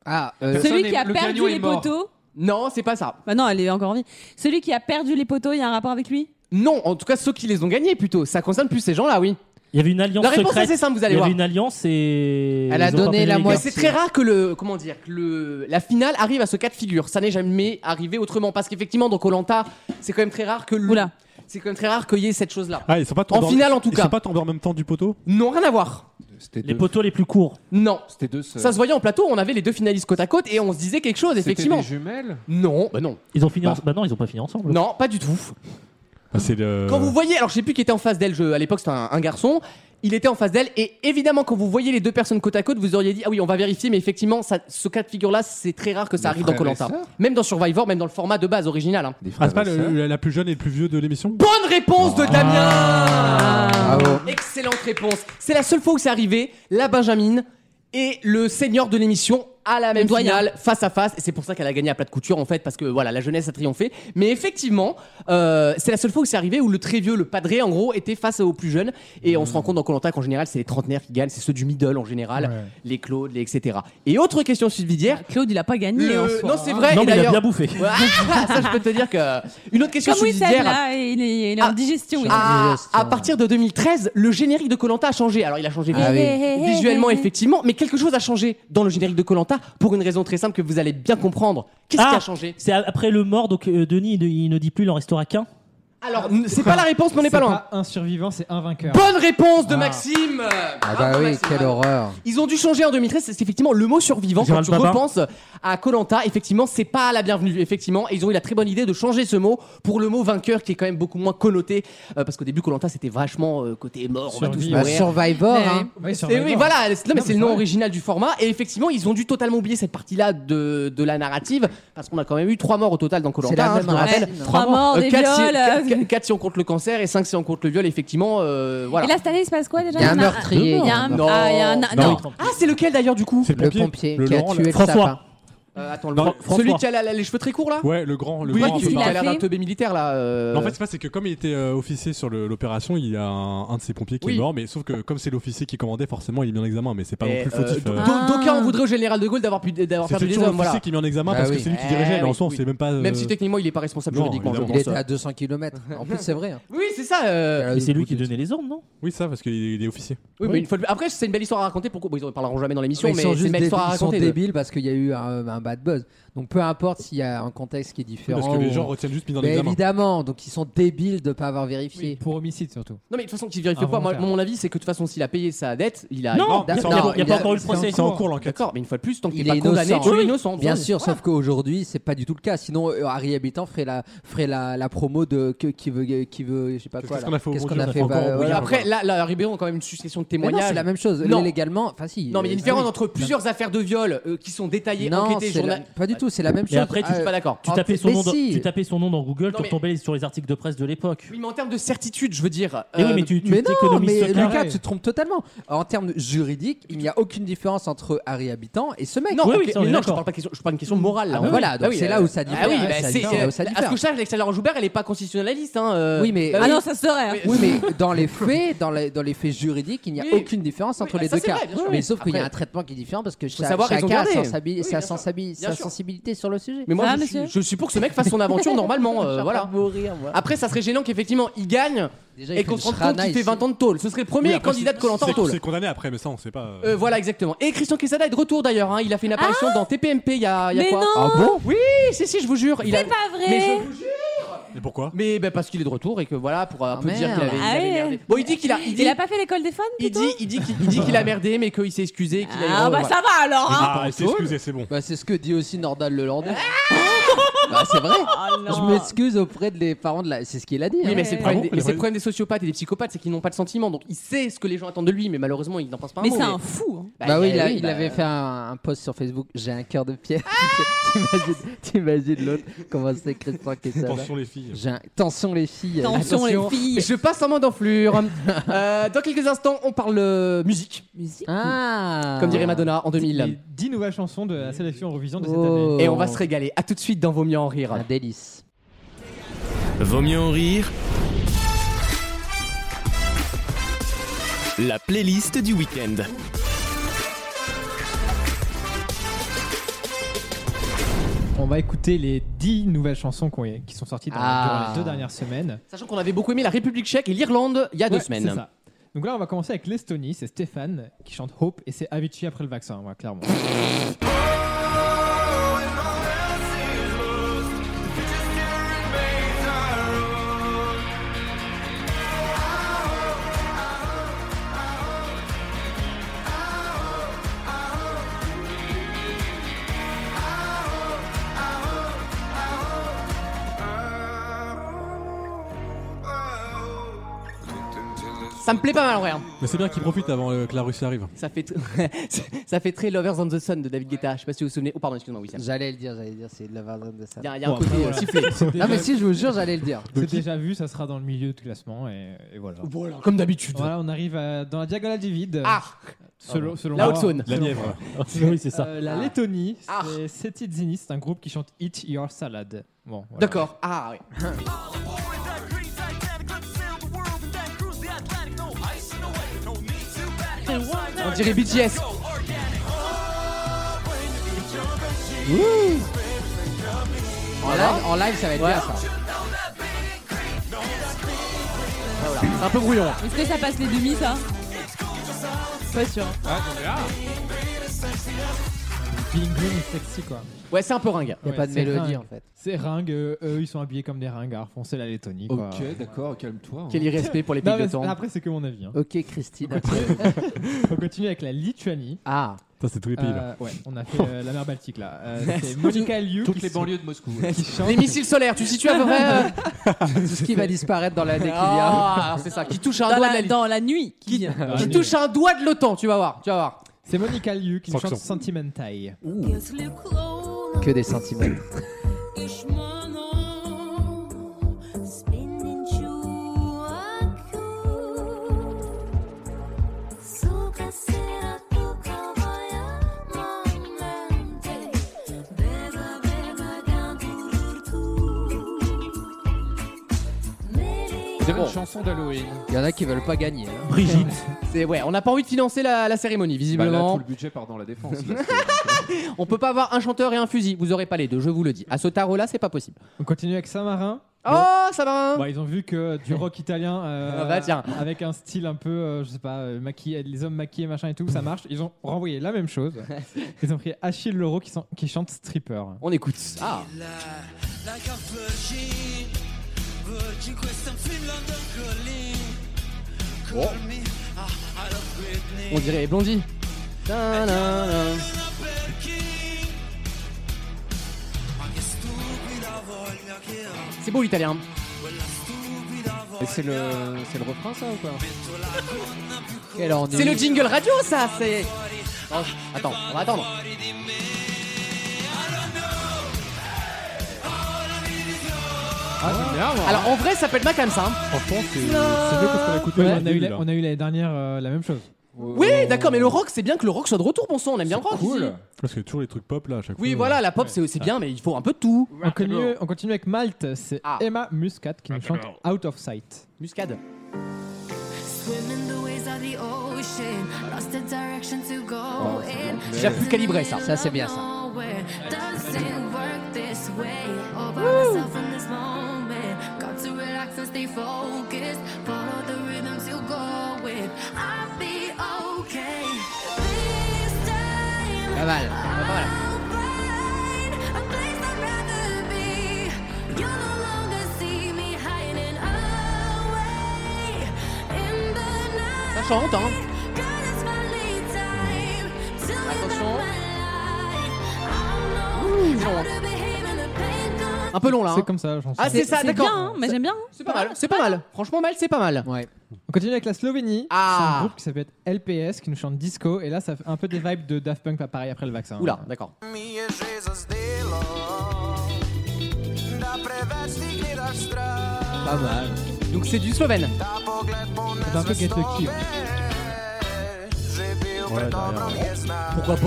S3: Ah, euh,
S5: Celui
S7: Personne
S5: qui a
S7: n'est- le
S5: perdu
S7: gagnant est
S5: les
S7: mort.
S5: poteaux.
S2: Non, c'est pas ça.
S5: Bah non, elle est encore en vie. Celui qui a perdu les poteaux, il y a un rapport avec lui
S2: Non, en tout cas, ceux qui les ont gagnés plutôt. Ça concerne plus ces gens-là, oui.
S4: Il y avait une alliance
S2: La réponse est
S4: secrète.
S2: assez simple, vous allez
S4: Il y
S2: voir.
S4: avait une alliance et.
S3: Elle a
S4: ils ont pas
S3: donné
S4: payé
S3: la
S4: les gars.
S2: Mais
S3: moitié.
S2: c'est très rare que le comment dire que le la finale arrive à ce cas de figure. Ça n'est jamais arrivé autrement parce qu'effectivement dans Colanta, c'est quand même très rare que le-
S5: Oula.
S2: c'est quand même très rare qu'il y ait cette chose-là.
S8: Ah, ils sont pas
S2: En
S8: tombés
S2: finale, en tout
S8: ils
S2: cas.
S8: sont pas tombés en même temps du poteau
S2: Non, rien à voir.
S7: C'était
S4: Les
S7: deux.
S4: poteaux les plus courts.
S2: Non.
S7: C'était deux sœurs.
S2: Ça se voyait en plateau, on avait les deux finalistes côte à côte et on se disait quelque chose
S7: C'était
S2: effectivement.
S7: des jumelles.
S2: Non, bah non.
S4: Ils ont fini.
S7: Bah.
S4: ensemble. Bah non, ils ont pas fini ensemble.
S2: Non, pas du tout.
S8: Ah, C'est le.
S2: Quand vous voyez, alors je sais plus qui était en face d'elle, je- à l'époque c'était un, un garçon, il était en face d'elle, et évidemment quand vous voyez les deux personnes côte à côte, vous auriez dit, ah oui, on va vérifier, mais effectivement, ça- ce cas de figure-là, c'est très rare que ça
S7: Des
S2: arrive dans
S7: frères et
S2: Colanta.
S7: sœurs
S2: Même dans Survivor, même dans le format de base original. hein.
S7: Des
S8: Ah,
S7: frères
S8: c'est pas
S7: et
S8: le-
S7: sœurs.
S8: la plus jeune et le plus vieux de l'émission
S2: Bonne réponse de
S4: Ah.
S2: Damien
S3: bravo.
S2: Excellente réponse. C'est la seule fois où c'est arrivé, la Benjamin et le senior de l'émission à la même
S5: Doyen.
S2: finale, face à face. Et c'est pour ça qu'elle a gagné à plat de couture, en fait, parce que voilà, la jeunesse a triomphé. Mais effectivement, euh, c'est la seule fois où c'est arrivé où le très vieux, le padré, en gros, était face aux plus jeunes. Et on se rend compte dans Colanta qu'en général, c'est les trentenaires qui gagnent, c'est ceux du middle en général, les Claude, les etc. Et autre question suivie d'hier.
S5: Ah, Claude, il a pas gagné.
S2: le-
S5: en soi,
S2: Non,
S5: hein.
S2: c'est vrai.
S4: Non,
S2: et
S4: mais il a
S2: d'ailleurs-
S4: bien bouffé.
S2: Ah, [laughs] ça, je peux te dire que. Une autre question
S5: Comme
S2: suivie
S5: Wissem,
S2: d'hier.
S5: là, il est, il est en
S2: Ah.
S5: digestion. il est-
S2: À, à partir de 2013, le générique de Colanta a changé. Alors il a changé
S3: Ah
S5: oui.
S2: visuellement effectivement, mais quelque chose a changé dans le générique de Colanta pour une raison très simple que vous allez bien comprendre. Qu'est-ce qui
S4: Ah.
S2: a changé
S4: C'est a- après le mort, donc euh, Denis, il ne- il ne dit plus, il en restera qu'un.
S2: Alors n- c'est pas la réponse, mais on n'est
S6: C'est
S2: pas loin.
S6: pas un survivant, c'est un vainqueur.
S2: Bonne réponse de
S6: Ah.
S2: Maxime.
S3: Ah bah oui, quelle horreur.
S2: Ils ont dû changer en 2013. C'est effectivement le mot survivant. Quand
S4: Gérald
S2: tu
S4: Babin.
S2: repenses à Colanta, effectivement, c'est pas la bienvenue. Effectivement, et ils ont eu la très bonne idée de changer ce mot pour le mot vainqueur, qui est quand même beaucoup moins connoté, euh, parce qu'au début, Colanta, c'était vachement euh, côté mort. On va tous
S6: Survie,
S3: Bah,
S2: mourir.
S3: Survivor,
S5: Mais-
S3: hein.
S6: Ouais,
S2: Et
S6: survivant.
S2: oui, voilà, c'est- non, mais c'est
S6: Non, mais
S2: le
S6: c'est
S2: nom
S6: vrai.
S2: original du format. Et effectivement, ils ont dû totalement oublier cette partie-là de, de la narrative, parce qu'on a quand même eu trois morts au total dans Koh
S3: C'est la
S2: je
S3: même
S2: me rappelle.
S3: racine.
S5: Trois morts, des
S2: quatre si-
S5: viols,
S2: quatre-
S5: euh.
S2: quatre- quatre si on compte le cancer et 5 si on compte le viol, effectivement. euh, voilà.
S5: Et là, cette année, il se passe quoi déjà
S3: Il y a un
S5: en
S3: meurtrier.
S5: Il y a un.
S2: Non.
S5: Ah, il y a un. Non.
S4: Non.
S2: Ah, c'est lequel d'ailleurs du coup
S8: C'est
S3: le pompier qui a
S8: Laurent,
S3: tué le
S4: François.
S3: sapin.
S2: Euh, Attends, le
S8: Non,
S2: grand-
S4: François.
S2: celui qui a la- la- les cheveux très courts là
S8: Ouais, le grand. Le
S2: Oui,
S8: grand
S5: qu'est-ce
S8: peu
S2: qui
S5: qu'il
S2: a,
S8: parlant.
S5: a
S2: l'air d'un
S5: fait
S2: teubé militaire là. euh.
S8: Non, en fait, c'est pas, c'est que comme il était euh, officier sur le- l'opération, il y a un, un de ses pompiers qui
S2: Oui.
S8: est mort, mais sauf que comme c'est l'officier qui commandait, forcément, il est mis en examen, mais c'est pas
S2: Et,
S8: non plus
S2: euh,
S8: fautif.
S2: d'au-
S8: euh.
S2: d'au- D'aucuns
S5: Ah.
S2: on voudrait au général de Gaulle d'avoir pu d'avoir
S8: C'est
S2: perdu les
S8: toujours
S2: hommes.
S8: l'officier
S2: Voilà.
S8: qui est mis en examen
S3: Bah
S8: parce
S3: oui.
S8: que c'est lui qui
S2: Eh
S8: dirigeait, mais en
S2: oui,
S8: soi, on
S2: oui.
S8: sait même pas.
S2: Même
S8: euh,
S2: si techniquement il est pas responsable
S8: non,
S2: juridiquement, je
S8: évidemment.
S3: Il
S2: pense.
S3: était à 200 km. En plus, c'est vrai. hein.
S2: Oui, c'est ça. euh,
S3: Il a
S4: Mais c'est lui qui
S3: le-
S4: donnait les ordres, non
S8: Oui, ça, parce qu'il est il est officier.
S2: Oui, mais une fois de plus- Après, c'est une belle histoire à raconter. Pourquoi bon, ils en parleront jamais dans l'émission,
S3: Ils
S2: mais
S3: sont
S2: c'est une
S3: juste
S2: belle histoire à
S3: débiles, ils sont
S2: raconter. de-
S3: débiles parce qu'il y a eu un, un bad buzz. Donc peu importe s'il y a un contexte qui est différent.
S8: Parce que les
S3: ou-
S8: gens retiennent juste mis dans
S3: Mais
S8: l'examen.
S3: évidemment, donc ils sont débiles de ne pas avoir vérifié.
S6: Pour homicide surtout.
S2: Non, mais de toute façon, qu'il vérifie pas. Moi,
S6: Involontaire.
S2: mon avis, c'est que de toute façon, s'il a payé sa dette, Ah, il a.
S3: Non,
S4: Non, il n'y a,
S3: non,
S4: pas- il y a
S3: il a-
S4: pas encore eu le
S3: c'est
S4: procès.
S8: C'est en cours l'enquête.
S2: D'accord, mais une fois de plus, tant que t'es
S3: Il
S2: pas
S3: est
S2: condamné,
S3: innocent.
S2: tu es
S3: Oui,
S2: innocent.
S3: Bien sûr, sauf qu'aujourd'hui, c'est pas du tout le cas. Sinon, euh, Harry Habitant ferait la, ferait la, la promo de que- qui veut, qui veut, je sais pas
S8: Qu'est-ce
S3: quoi.
S8: qu'on
S3: là.
S8: a fait au
S3: Qu'est-ce
S8: bon
S3: qu'on
S8: Dieu
S3: a fait
S8: Encore
S3: bah,
S8: au bon
S3: voilà.
S8: Dieu.
S2: Après, là, là, Ribéon a quand même une suspicion de
S3: Mais non,
S2: témoignage.
S3: c'est la même chose.
S2: Non.
S3: Légalement, enfin si.
S2: Non, mais il y a une
S3: euh,
S2: différence entre plusieurs affaires de viol euh, qui sont détaillées,
S3: Non,
S2: enquêtées,
S3: c'est la-
S2: journal.
S3: pas du tout. C'est la même
S4: Et
S3: chose.
S4: après, tu
S2: Je suis pas d'accord.
S4: Tu
S3: Ah,
S4: tapais, son
S3: mais
S4: nom dans,
S3: si.
S4: tu tapais son nom dans Google,
S2: Non,
S4: tu
S2: mais-
S4: retombais sur les articles de presse de l'époque.
S2: Oui, mais en termes de certitude, je veux dire.
S4: Et oui,
S2: euh,
S4: mais tu, tu
S3: mais non,
S4: t'économises
S3: mais
S4: ce carré.
S3: Lucas, tu te trompes totalement. En termes juridiques, il n'y a aucune différence entre Harry Habitant et ce mec.
S2: Non,
S4: Oui, oui,
S2: ok,
S4: ça, on
S2: mais
S4: est
S2: non, je
S4: d'accord.
S2: parle pas question, je parle une question morale. Là,
S3: Ah
S2: en
S3: bah
S2: fait.
S3: voilà, donc
S2: oui,
S3: c'est
S2: euh,
S3: là où ça
S2: Ah
S3: diffère.
S2: oui,
S3: là où
S2: bah,
S3: ça
S2: c'est-
S3: diffère, là où ça
S2: euh, à ce
S3: diffère.
S2: que je sache, Alexandre Joubert, elle est pas constitutionnaliste. Hein, euh,
S3: Oui, mais-
S2: bah
S5: Ah non, ça serait. hein.
S2: Oui.
S3: Oui, mais dans les faits, dans les, dans les faits juridiques, il n'y a
S2: Oui.
S3: aucune différence
S2: Oui,
S3: entre
S2: bah,
S3: les
S2: ça,
S3: deux
S2: c'est
S3: cas.
S2: vrai, bien sûr.
S3: mais sauf qu'il y a
S2: Après-
S3: un traitement qui est différent parce que cha-
S2: savoir, ils ont
S3: chacun a
S2: gardé.
S3: sa, sensibil-
S2: Oui,
S3: sa
S2: bien sûr.
S3: sensibil-
S2: Bien
S3: sa
S2: sûr.
S3: sensibilité sur le sujet.
S2: Mais moi,
S5: Ça va,
S2: je,
S5: Ah, monsieur
S2: suis, je suis pour que ce mec fasse son aventure
S3: [laughs]
S2: normalement. euh, voilà.
S3: Mourir, moi.
S2: Après, ça serait gênant qu'effectivement il gagne
S3: Déjà, il
S2: et
S3: fait
S2: qu'on
S3: du
S2: se rende compte
S3: shrana
S2: qu'il fait
S3: ici.
S2: 20 ans de tôle. Ce serait le premier
S8: Oui, après,
S2: candidat de
S8: c'est-
S2: Colanta en
S8: c'est-
S2: tôle.
S8: C'est condamné après, mais ça, on sait pas.
S2: Euh, voilà, exactement. Et Christian Quesada est de retour d'ailleurs. hein. Il a fait une apparition dans TPMP il y a, il y a
S5: Ah Mais
S2: quoi
S5: non
S3: Ah bon
S2: Oui, si, si, je vous jure. Il a...
S5: C'est pas vrai.
S2: Mais je vous jure.
S8: Et pourquoi
S2: Mais ben, parce qu'il est de retour et que voilà, pour un
S3: Ah,
S2: peu dire
S3: merde.
S2: qu'il avait, il
S5: Ah
S2: avait
S5: ouais.
S2: merdé. Bon, il dit qu'il a. Il dit,
S5: Il a pas fait l'école des fans
S2: il
S5: plutôt
S2: dit, il dit qu'il il dit qu'il
S3: Ah.
S2: a merdé, mais qu'il s'est excusé. Qu'il a- euh,
S5: Ah bah
S2: voilà.
S5: ça va alors. hein.
S8: Ah, c'est excusé, c'est bon.
S3: Bah, c'est ce que dit aussi Nordal Le Landais.
S2: Ah.
S3: bah, c'est vrai.
S5: Ah non.
S3: Je m'excuse auprès des parents de la. C'est ce qu'il a dit.
S2: Oui,
S3: hein.
S2: mais c'est le
S5: Ah
S2: problème,
S8: bon
S2: des- mais c'est le problème des sociopathes et des psychopathes, c'est qu'ils n'ont pas de sentiment. Donc il sait ce que les gens attendent de lui, mais malheureusement, il n'en pense pas un
S5: Mais
S2: mot.
S5: c'est un fou. hein.
S3: Bah oui, il, a- il
S2: bah,
S3: avait fait un, un post sur Facebook. J'ai un cœur de pierre.
S2: Ah
S3: [laughs] T'imagines- T'imagines l'autre Comment c'est Christian Quesada
S8: Attention, les filles.
S3: J'ai un- Tension les filles.
S5: Attention les
S2: attention.
S5: filles.
S2: Je passe en main
S3: [laughs]
S2: d'enflure. Euh, dans quelques instants, on parle euh, musique,
S5: Musique.
S3: Ah
S2: comme dirait Madonna en 2000.
S6: 10 nouvelles chansons de la sélection Eurovision de cette année.
S3: Oh.
S2: Et on va se régaler. À tout de suite dans Vos mieux en rire.
S3: Un délice.
S1: Vaut mieux en rire. La playlist du week-end.
S6: On va écouter les 10 nouvelles chansons qu'on- qui sont sorties dans-
S3: Ah.
S6: durant les deux dernières semaines.
S2: Sachant qu'on avait beaucoup aimé la République tchèque et l'Irlande il y a deux
S6: Ouais, c'est
S2: semaines.
S6: ça. Donc là, on va commencer avec l'Estonie. C'est Stéphane qui chante Hope et c'est Avicii après le vaccin, ouais, clairement.
S2: Ça me plaît pas mal en vrai. hein.
S8: Mais c'est bien qu'ils profitent avant euh, que la Russie arrive.
S2: Ça fait, tr- [laughs] ça fait très Lovers on the Sun de David Guetta. Je sais pas si vous vous souvenez. Oh, pardon, excuse-moi, oui, ça.
S3: J'allais le dire, j'allais le dire, c'est de la vardane de ça.
S2: Il y a, il y a un
S6: Bon,
S2: côté
S6: après,
S2: euh,
S3: [laughs]
S6: voilà.
S2: sifflé.
S6: C'est déjà,
S3: Ah, mais si, je vous jure, j'allais le dire.
S6: c'est déjà vu, ça sera dans le milieu du classement et, et voilà.
S2: Voilà, comme d'habitude.
S6: Voilà, on arrive à- dans la diagonale du vide.
S2: Ah
S6: selon, selon
S2: La
S3: Ah.
S6: moi.
S2: haute zone.
S8: La Nièvre.
S4: Ah, oui, c'est ça.
S6: Euh, la Lettonie,
S2: Ah.
S6: c'est Setizini, c'est un groupe qui chante Eat Your Salad. Bon, voilà.
S2: D'accord. Ah, oui. On dirait BTS.
S3: En live, en live, ça va être bien ça.
S2: C'est un peu brouillon.
S5: Est-ce que ça passe les demi ça Pas sûr.
S6: Bling bling sexy quoi.
S2: Ouais, c'est un peu ringue.
S3: Y a
S6: Ouais,
S3: pas de
S6: c'est
S3: mélodie
S6: ringue.
S3: en fait.
S6: Ces ringues, euh, eux, ils sont habillés comme des ringards. Foncez la Lettonie quoi.
S7: Ok, d'accord, calme-toi. hein.
S2: Quel irrespect pour les
S6: Non,
S2: pics
S6: mais
S2: de
S6: c'est-
S2: temps.
S6: après, c'est que mon avis.
S2: Euh.
S6: hein.
S3: Ok, [laughs] Christine.
S6: On continue avec la Lituanie.
S3: Ah,
S8: Ça, c'est tous les pays là.
S6: Euh, ouais, on a fait euh, la mer Baltique là.
S2: [laughs]
S6: Euh, c'est Monica Liu
S7: Toutes
S6: qui
S7: les
S6: se-
S7: banlieues de Moscou.
S6: qui chante.
S2: Les missiles solaires, tu situes à peu
S3: [laughs]
S2: près. euh,
S3: tout ce qui va disparaître dans l'année qu'il y a.
S2: Ah, c'est ça. Qui touche un
S5: Dans
S2: doigt de la
S5: la,
S2: Ligue.
S5: dans la nuit.
S2: Qui,
S6: Ah,
S2: qui
S6: oui.
S2: touche un doigt de l'OTAN, tu vas voir. Tu vas voir.
S6: C'est Monica Liu qui nous
S8: Sanction.
S6: chante Sentimentai.
S3: Que des centimètres.
S7: C'est une chanson d'Halloween.
S3: Il y en a qui veulent pas gagner. hein.
S4: Brigitte.
S2: C'est ouais, on n'a pas envie de financer la, la cérémonie,
S7: Bah là,
S2: visiblement.
S7: tout le budget part dans la défense.
S2: On peut pas avoir un chanteur et un fusil. Vous aurez pas les deux, je vous le dis. À ce tarot-là, c'est pas possible.
S6: On continue avec Saint-Marin.
S2: Oh, ça va hein
S6: Bon, Bah, ils ont vu que du rock italien euh,
S2: [laughs] Ah bah tiens.
S6: avec un style un peu, euh, je sais pas, euh, maquillé, les hommes maquillés, machin et tout, ça marche. Ils ont renvoyé la
S2: [laughs]
S6: même chose. Ils ont pris Achille Leroux qui, sont- qui chante stripper.
S2: On écoute. Ah
S11: Like a virgin, virgin quest and film London calling. Call me, ah, I love Britney.
S2: On dirait Blondie. Na, na, na.
S11: Una Belkin. Ma che stupida voglia che ho,
S2: C'est beau l'italien.
S11: quella stupida
S7: Et
S11: voglia.
S7: c'est le, c'est le refrain, ça, ou quoi
S11: Metto la gonna più corta
S3: Et là, on est-
S2: C'est le jingle radio ça, c'est.
S11: fuori,
S2: Oh, attends, on va attendre.
S11: fuori di me. I don't know.
S7: Oh.
S2: Alors en vrai, ça s'appelle pas comme ça. hein.
S8: Franchement, c'est c'est mieux parce qu'on a écouté
S6: Ouais,
S8: au
S6: on, a eu
S8: début,
S6: la,
S8: là.
S6: on a eu l'année dernière euh, la même chose.
S2: Oui, d'accord, mais le rock, c'est bien que le rock soit de retour, bon sang, on aime bien le rock. ici.
S7: Oh. Cool.
S8: Parce qu'il y a toujours les trucs pop là à chaque fois.
S2: Oui, voilà, la pop, c'est c'est bien, mais il faut un peu de tout.
S6: On continue, on continue avec Malte, c'est
S2: Ah.
S6: Emma Muscat qui nous chante Out of Sight.
S2: Muscade.
S5: Swimming the waves of the ocean, lost the direction to go in.
S2: Déjà plus calibré, ça. Ça, c'est bien, ça.
S5: Nowhere, doesn't work this way. All by myself in this moment, got to relax and stay focused. Follow the rhythm to go with. I'll be okay. This time,
S2: Pas mal. Pas mal.
S5: I'll find a place I'd rather be. You'll no longer see me hiding away in the night.
S2: Ça chante, hein.
S5: God, it's finally time to live out my life. I don't know how to behave in the pain gone.
S2: Un peu long là.
S6: C'est
S2: hein.
S6: comme ça la chanson.
S2: Ah, c'est ça,
S12: C'est bien,
S2: d'accord.
S12: hein, mais j'aime bien. hein.
S2: C'est pas mal, c'est pas mal. Franchement, mal, c'est pas mal.
S3: Ouais.
S6: On continue avec la Slovénie.
S2: Ah.
S6: C'est un groupe qui s'appelle LPS qui nous chante disco. Et là, ça fait un peu des vibes de Daft Punk, pas pareil après le vaccin.
S2: Oula, d'accord.
S11: Mi je že zazdelo, da preveč ti gledaš stran.
S6: Pas mal.
S2: Donc c'est du slovène.
S11: Ta pogled ponese
S6: C'est un peu Get Lucky,
S11: s tobe. Že bil
S2: Ah,
S8: euh,
S11: pred
S8: Ah,
S11: dobrom jezna,
S2: Pourquoi pas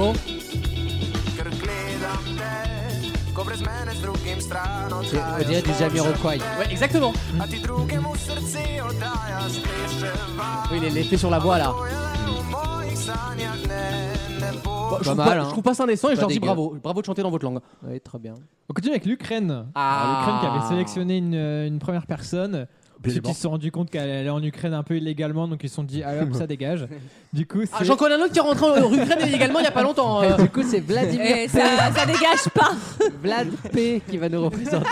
S11: ker gledam te, ko brez mene z drugim stran
S3: On
S11: odhajaš.
S3: dirait du Jamiroquai.
S2: Ouais, exactement.
S11: A ti drugemu srce oddajaš, pleševa.
S2: Oui, les, les faits sur la voix là.
S11: To je le v mojih sanjah, ne, ne bo.
S2: Bon, je,
S3: Pas
S2: trouve
S3: mal,
S2: pas,
S3: hein.
S2: je trouve pas ça indécent et je
S3: Pas
S2: leur dis
S3: dégueu.
S2: bravo. Bravo de chanter dans votre langue.
S3: Oui, très bien.
S6: On continue avec l'Ukraine.
S2: Ah.
S6: Alors, L'Ukraine qui avait sélectionné une, euh, une première personne. Ensuite, ils se sont rendus compte qu'elle allait en Ukraine un peu illégalement, donc ils se sont dit, ah hop, ça dégage. Du coup,
S2: Ah,
S6: c'est.
S2: J'en connais un autre qui est rentré en Ukraine également il y a pas longtemps.
S3: [laughs]
S2: euh.
S3: Et du coup, c'est Vladimir
S12: Et ça, ça dégage pas.
S3: Vlad P qui va nous représenter.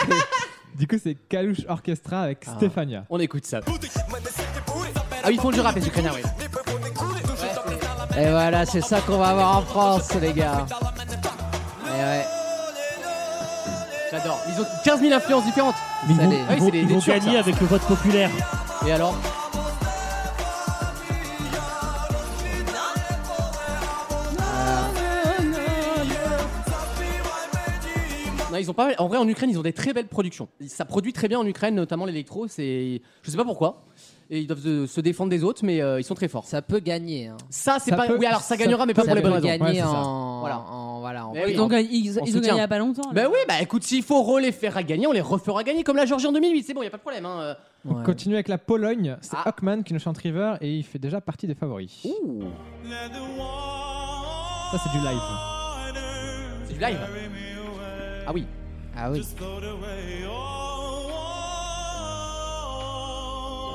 S6: Du coup, c'est Kalush Orchestra avec
S2: Ah.
S6: Stefania.
S2: On écoute ça. Ah oui, ils font du rap les Ukrainiens, oui.
S3: Et voilà, c'est ça qu'on va avoir en France, les gars. Et ouais,
S2: J'adore. Ils ont 15 000 influences différentes.
S4: Mais ils
S3: Ça
S4: vont,
S3: les-
S4: ils
S2: Ah oui,
S4: vont-
S2: c'est des-
S4: ils
S2: des
S4: vont
S2: Turcs,
S4: gagner
S2: ça.
S4: avec le vote populaire.
S2: Et alors Non, ils ont pas. En vrai, en Ukraine, ils ont des très belles productions. Ça produit très bien en Ukraine, notamment l'électro. C'est, je sais pas pourquoi. Et ils doivent se- se défendre des autres, mais euh, ils sont très forts.
S3: ça peut gagner. Hein.
S2: Ça, c'est
S6: Ça
S2: pas.
S6: peut-
S2: oui, alors ça
S6: ça
S2: gagnera, mais pas
S6: peut
S2: pour
S3: Ça
S2: les bonnes
S3: peut
S2: raisons.
S6: Ouais,
S3: gagner
S6: c'est ça. Eh
S3: en...
S2: Voilà.
S3: en- Voilà. en-
S2: Mais oui.
S12: Ils ont gagné, ils,
S2: On
S12: ils ont
S2: soutient.
S12: gagné il y a pas longtemps. Oh là.
S2: Bah oui, bah écoute, s'il faut les faire gagner, on les refera gagner comme la Georgie en 2008. C'est bon, y a pas de problème. hein, euh.
S6: On
S3: Ouais.
S6: continue avec la Pologne. C'est
S2: Ah.
S6: Hockman qui nous chante River et il fait déjà partie des
S2: euh.
S6: favoris. Ça, c'est du live.
S2: C'est du live. Ah oui.
S3: Ah oui.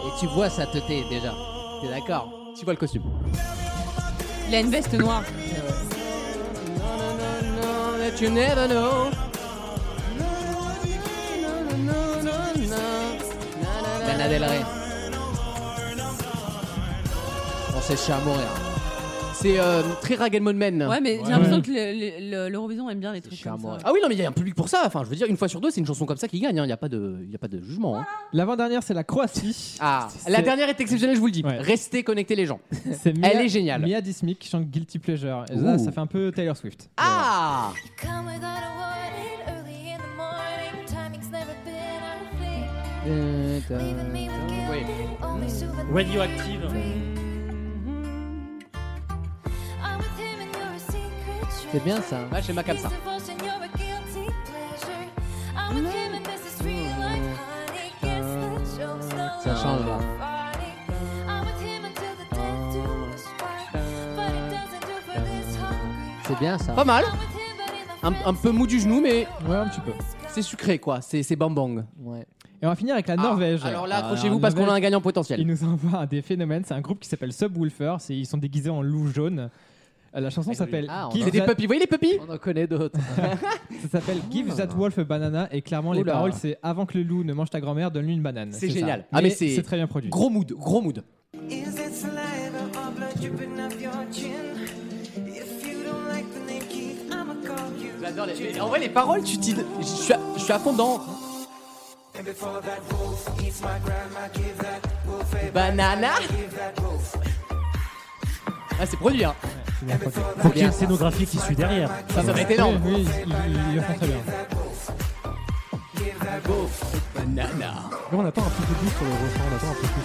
S3: Et tu vois sa teuté déjà. T'es d'accord
S2: Tu vois le costume.
S12: Il a une veste noire.
S2: You never know. Ben,
S3: Lana Del Rey. On s'est chier à mourir.
S2: hein. C'est euh, très Rag and Bone Men.
S12: Ouais, mais j'ai l'impression que le- le- le- l'Eurovision aime bien les trucs
S3: chiant,
S12: comme
S3: moi.
S12: ça.
S2: Ah oui, non, mais il y a un public pour ça. Enfin, je veux dire, une fois sur deux, c'est une chanson comme ça qui gagne. hein. Il n'y a, pas de- y a pas de jugement. hein.
S6: L'avant-dernière, c'est la Croatie.
S2: Ah,
S6: C'est-
S2: la dernière est exceptionnelle, je vous le dis.
S6: Ouais.
S2: Restez connectés, les gens.
S6: c'est Mia,
S2: Elle est géniale.
S6: Mia Dismic qui chante Guilty Pleasure. Et là,
S2: Ouh.
S6: ça fait un peu Taylor Swift.
S2: Ah
S5: Come without a warning, early in the morning. Timing's never been our thing. Leaving me with
S2: Wait.
S5: guilt, only souvenir
S4: Radioactive.
S5: I'm with him and you're a secret
S3: C'est bien ça.
S2: Là, chez Mac comme ça.
S3: Mm. Ça change là. C'est bien ça.
S2: Pas mal. Un, un peu mou du genou, mais
S6: Ouais, un petit peu.
S2: c'est sucré, quoi. C'est c'est bang bang.
S3: Ouais.
S6: Et Et on va finir avec la Ah, Norvège.
S2: Ah. alors là, accrochez-vous parce qu'on a un gagnant potentiel. [laughs]
S6: Ils nous envoient un des phénomènes. C'est un groupe qui s'appelle Subwoofer. C'est- Ils sont déguisés en loup jaune. Euh, La chanson s'appelle
S2: Ah, on
S6: Give
S2: a- C'est des
S6: That-
S2: puppies. Vous voyez les puppies
S3: On en connaît d'autres.
S6: Ça s'appelle Give That Wolf a Banana. Et clairement, les
S2: Ah. Oula.
S6: paroles, c'est Avant que le loup ne mange ta grand-mère, donne-lui une banane.
S2: C'est
S6: ça.
S2: génial. Ah, mais c'est-
S6: très bien produit.
S2: Gros mood, gros mood.
S1: Is that saliva or blood dripping off your chin? If you don't like the name Keith, I'ma call you.
S2: J'adore les- mais En vrai, les paroles, tu t'y- je suis à- je suis à fond dedans.
S1: And before that wolf eats my grandma, give that wolf a
S2: Banana
S1: give that wolf.
S2: Ah, c'est produit, hein.
S4: Faut qu'il y ait une scénographie qui suit derrière.
S2: Ça, ça va être énorme.
S6: Oui, oui, ils, ils- ils le font très bien.
S2: Banana.
S8: on attend un petit peu plus sur le refrain, on attend un peu plus.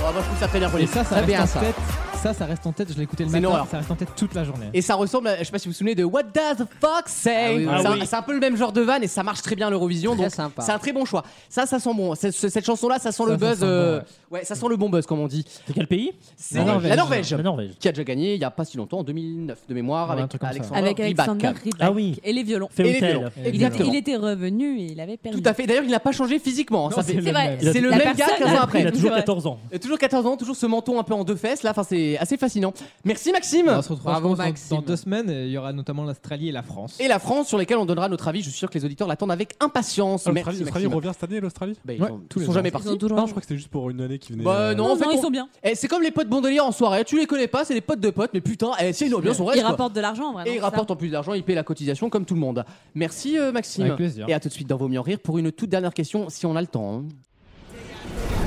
S2: Oh, moi, je trouve ça très bien produit.
S6: Et ça, ça
S2: Très
S6: reste
S2: bien,
S6: en
S2: ça.
S6: tête. Ça, ça reste en tête. Je l'ai écouté le
S2: C'est une
S6: matin.
S2: horreur.
S6: Ça reste en tête toute la journée.
S2: Et ça ressemble, à, je sais pas si vous vous souvenez de What Does the Fox Say.
S3: Ah oui, oui.
S2: C'est
S4: Ah
S2: un-
S4: oui.
S2: c'est un, peu le même genre de van et ça marche très bien à l'Eurovision.
S3: Très
S2: Donc
S3: sympa.
S2: c'est un très bon choix. Ça, ça sent bon. C'est- ce- Cette chanson-là, ça sent
S6: Ça,
S2: le
S6: ça
S2: buzz.
S6: sent bon,
S2: euh,
S6: ouais.
S2: ouais, ça sent le bon buzz comme on dit.
S4: C'est quel pays
S2: C'est
S6: Norvège.
S2: la Norvège.
S4: La Norvège.
S2: Qui a déjà gagné il y a pas si longtemps, en 2009 de mémoire,
S6: Ouais, un
S2: avec
S6: truc comme ça.
S2: Alexandre
S5: Avec Alexander Rybak.
S4: Ah oui.
S5: Et les violons.
S4: Fairy
S2: Et les
S4: Tail.
S2: violons.
S6: Et les
S5: Il était,
S2: Exactement.
S5: il était revenu et il avait perdu.
S2: Tout à fait. D'ailleurs, il n'a pas changé physiquement. hein.
S6: Non,
S2: ça,
S6: c'est
S2: c'est
S5: C'est vrai.
S4: Il a-
S5: c'est
S2: le
S5: la
S2: même gars
S5: personne-
S2: 15 ans après.
S4: Il a toujours
S5: C'est vrai.
S4: 14 ans.
S2: Et toujours 14 ans, toujours ce menton un peu en deux fesses. Là, enfin, c'est assez fascinant. Merci Maxime.
S6: On se retrouve je
S3: Bravo,
S6: pense, dans-
S3: Maxime.
S6: dans deux semaines. Il y aura notamment l'Australie et la France.
S2: Et la France, sur lesquels on donnera notre avis. Je suis sûr que les auditeurs l'attendent avec impatience.
S6: Ah,
S8: L'Australie
S2: Merci
S8: l'Australie
S2: Maxime.
S8: revient cette année, l'Australie
S2: Bah, ils
S6: Ouais,
S2: ont-
S6: tous
S2: ils
S6: les
S2: sont
S6: ans.
S2: jamais
S5: Ils
S2: partis.
S5: sont toujours
S8: Non, je crois que c'était juste pour une année qui venait.
S2: Bah
S8: euh,
S2: non,
S5: Non,
S2: en fait,
S5: non, ils
S2: on-
S5: sont bien.
S2: Eh, c'est comme les potes bon délire en soirée, tu les connais pas, c'est les potes de potes, mais putain, eh, c'est une ambiance, on reste.
S5: Ils
S2: quoi.
S5: rapportent de l'argent, vraiment.
S2: Et ils
S5: c'est ça.
S2: rapportent en plus d'argent, ils paient la cotisation comme tout le monde. Merci euh, Maxime.
S6: Avec plaisir.
S2: Et à tout de suite dans Vos Mieux en Rire pour une toute dernière question, si on a le temps. hein.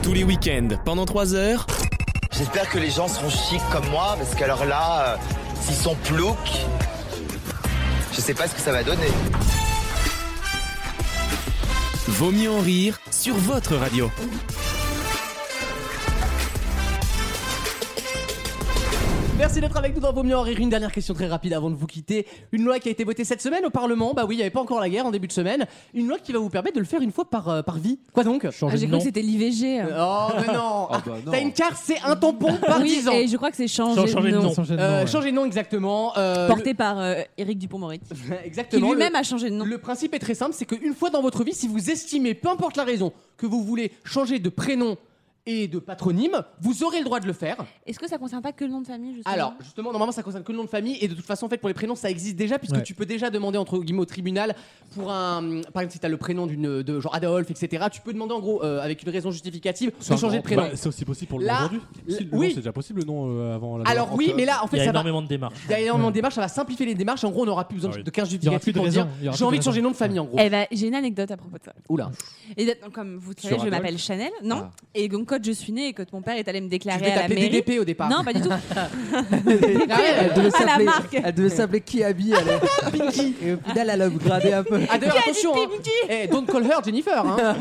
S13: Tous les week-ends, pendant 3 heures.
S14: J'espère que les gens seront chics comme moi, parce qu'alors là, euh, s'ils sont ploucs, je sais pas ce que ça va donner.
S13: Vaut mieux en rire sur votre radio.
S2: Merci d'être avec nous dans Vos Mieux en Rire. Une dernière question très rapide avant de vous quitter. Une loi qui a été votée cette semaine au Parlement, bah oui, il n'y avait pas encore la guerre en début de semaine. Une loi qui va vous permettre de le faire une fois par, euh, par vie. Quoi donc
S5: Ah, J'ai cru que c'était l'IVG. euh.
S2: Oh mais
S6: [laughs]
S2: non,
S7: Ah, bah, non.
S2: T'as une carte, c'est un tampon par
S5: oui,
S2: 10 ans.
S5: et je crois que c'est changé,
S4: Changer
S5: de
S4: de
S5: nom.
S4: nom.
S6: Changer de nom,
S2: Euh,
S6: ouais.
S2: Changer de nom exactement. euh,
S5: Porté par euh, Éric Dupont-Moretti.
S2: le- [laughs]
S5: Qui
S2: Exactement. le-
S5: lui-même a changé de nom.
S2: Le principe est très simple, c'est qu'une fois dans votre vie, si vous estimez, peu importe la raison, que vous voulez changer de prénom et de patronyme, vous aurez le droit de le faire.
S5: Est-ce que ça concerne pas que le nom de famille justement
S2: Alors, justement, normalement, ça concerne que le nom de famille, et de toute façon, en fait, pour les prénoms, ça existe déjà, puisque
S6: Ouais.
S2: tu peux déjà demander, entre guillemets, au tribunal, pour un... Par exemple, si t'as le prénom d'une... de genre Adolphe, etc., tu peux demander, en gros, euh, avec une raison justificative, de
S8: un
S2: changer de
S8: grand-
S2: prénom.
S8: Bah, c'est aussi possible pour le
S2: Là-
S8: nom aujourd'hui.
S2: l-
S8: Si, le nom,
S2: oui.
S8: C'est déjà possible le nom euh, avant la
S2: Alors
S8: loi.
S2: oui, mais là, en
S4: Il y
S2: fait,
S4: a
S2: ça va...
S4: énormément de démarches.
S2: Il y a énormément de démarches, ça va simplifier les démarches, et en gros, on n'aura plus besoin
S8: Ah oui.
S2: de 15
S6: Il y aura
S2: justificatifs
S6: plus de
S2: pour dire...
S6: raison, il y
S2: J'ai
S6: aura plus de
S2: envie de changer
S6: raison.
S2: le nom de famille, en gros.
S5: Eh ben, j'ai une anecdote à propos de ça.
S2: Oula.
S5: Et d'être- donc, comme vous le savez,
S2: Sur
S5: je
S2: Adolphe
S5: m'appelle Chanel, non Et donc, quand je suis née et que mon père est allé me
S2: Ah. Tu
S5: déclarer
S2: devais
S5: à la
S2: taper
S5: mairie.
S2: DDP au départ.
S5: Non,
S2: [laughs]
S5: pas du tout.
S3: Elle devait
S5: À la
S3: s'appeler-
S5: marque.
S3: Elle devait s'appeler Kiabi. Elle [laughs] est... Pinky. Et au final, elle a upgradé un peu.
S2: Ah, d'ailleurs, attention hein. Eh, Don't call her Jennifer hein.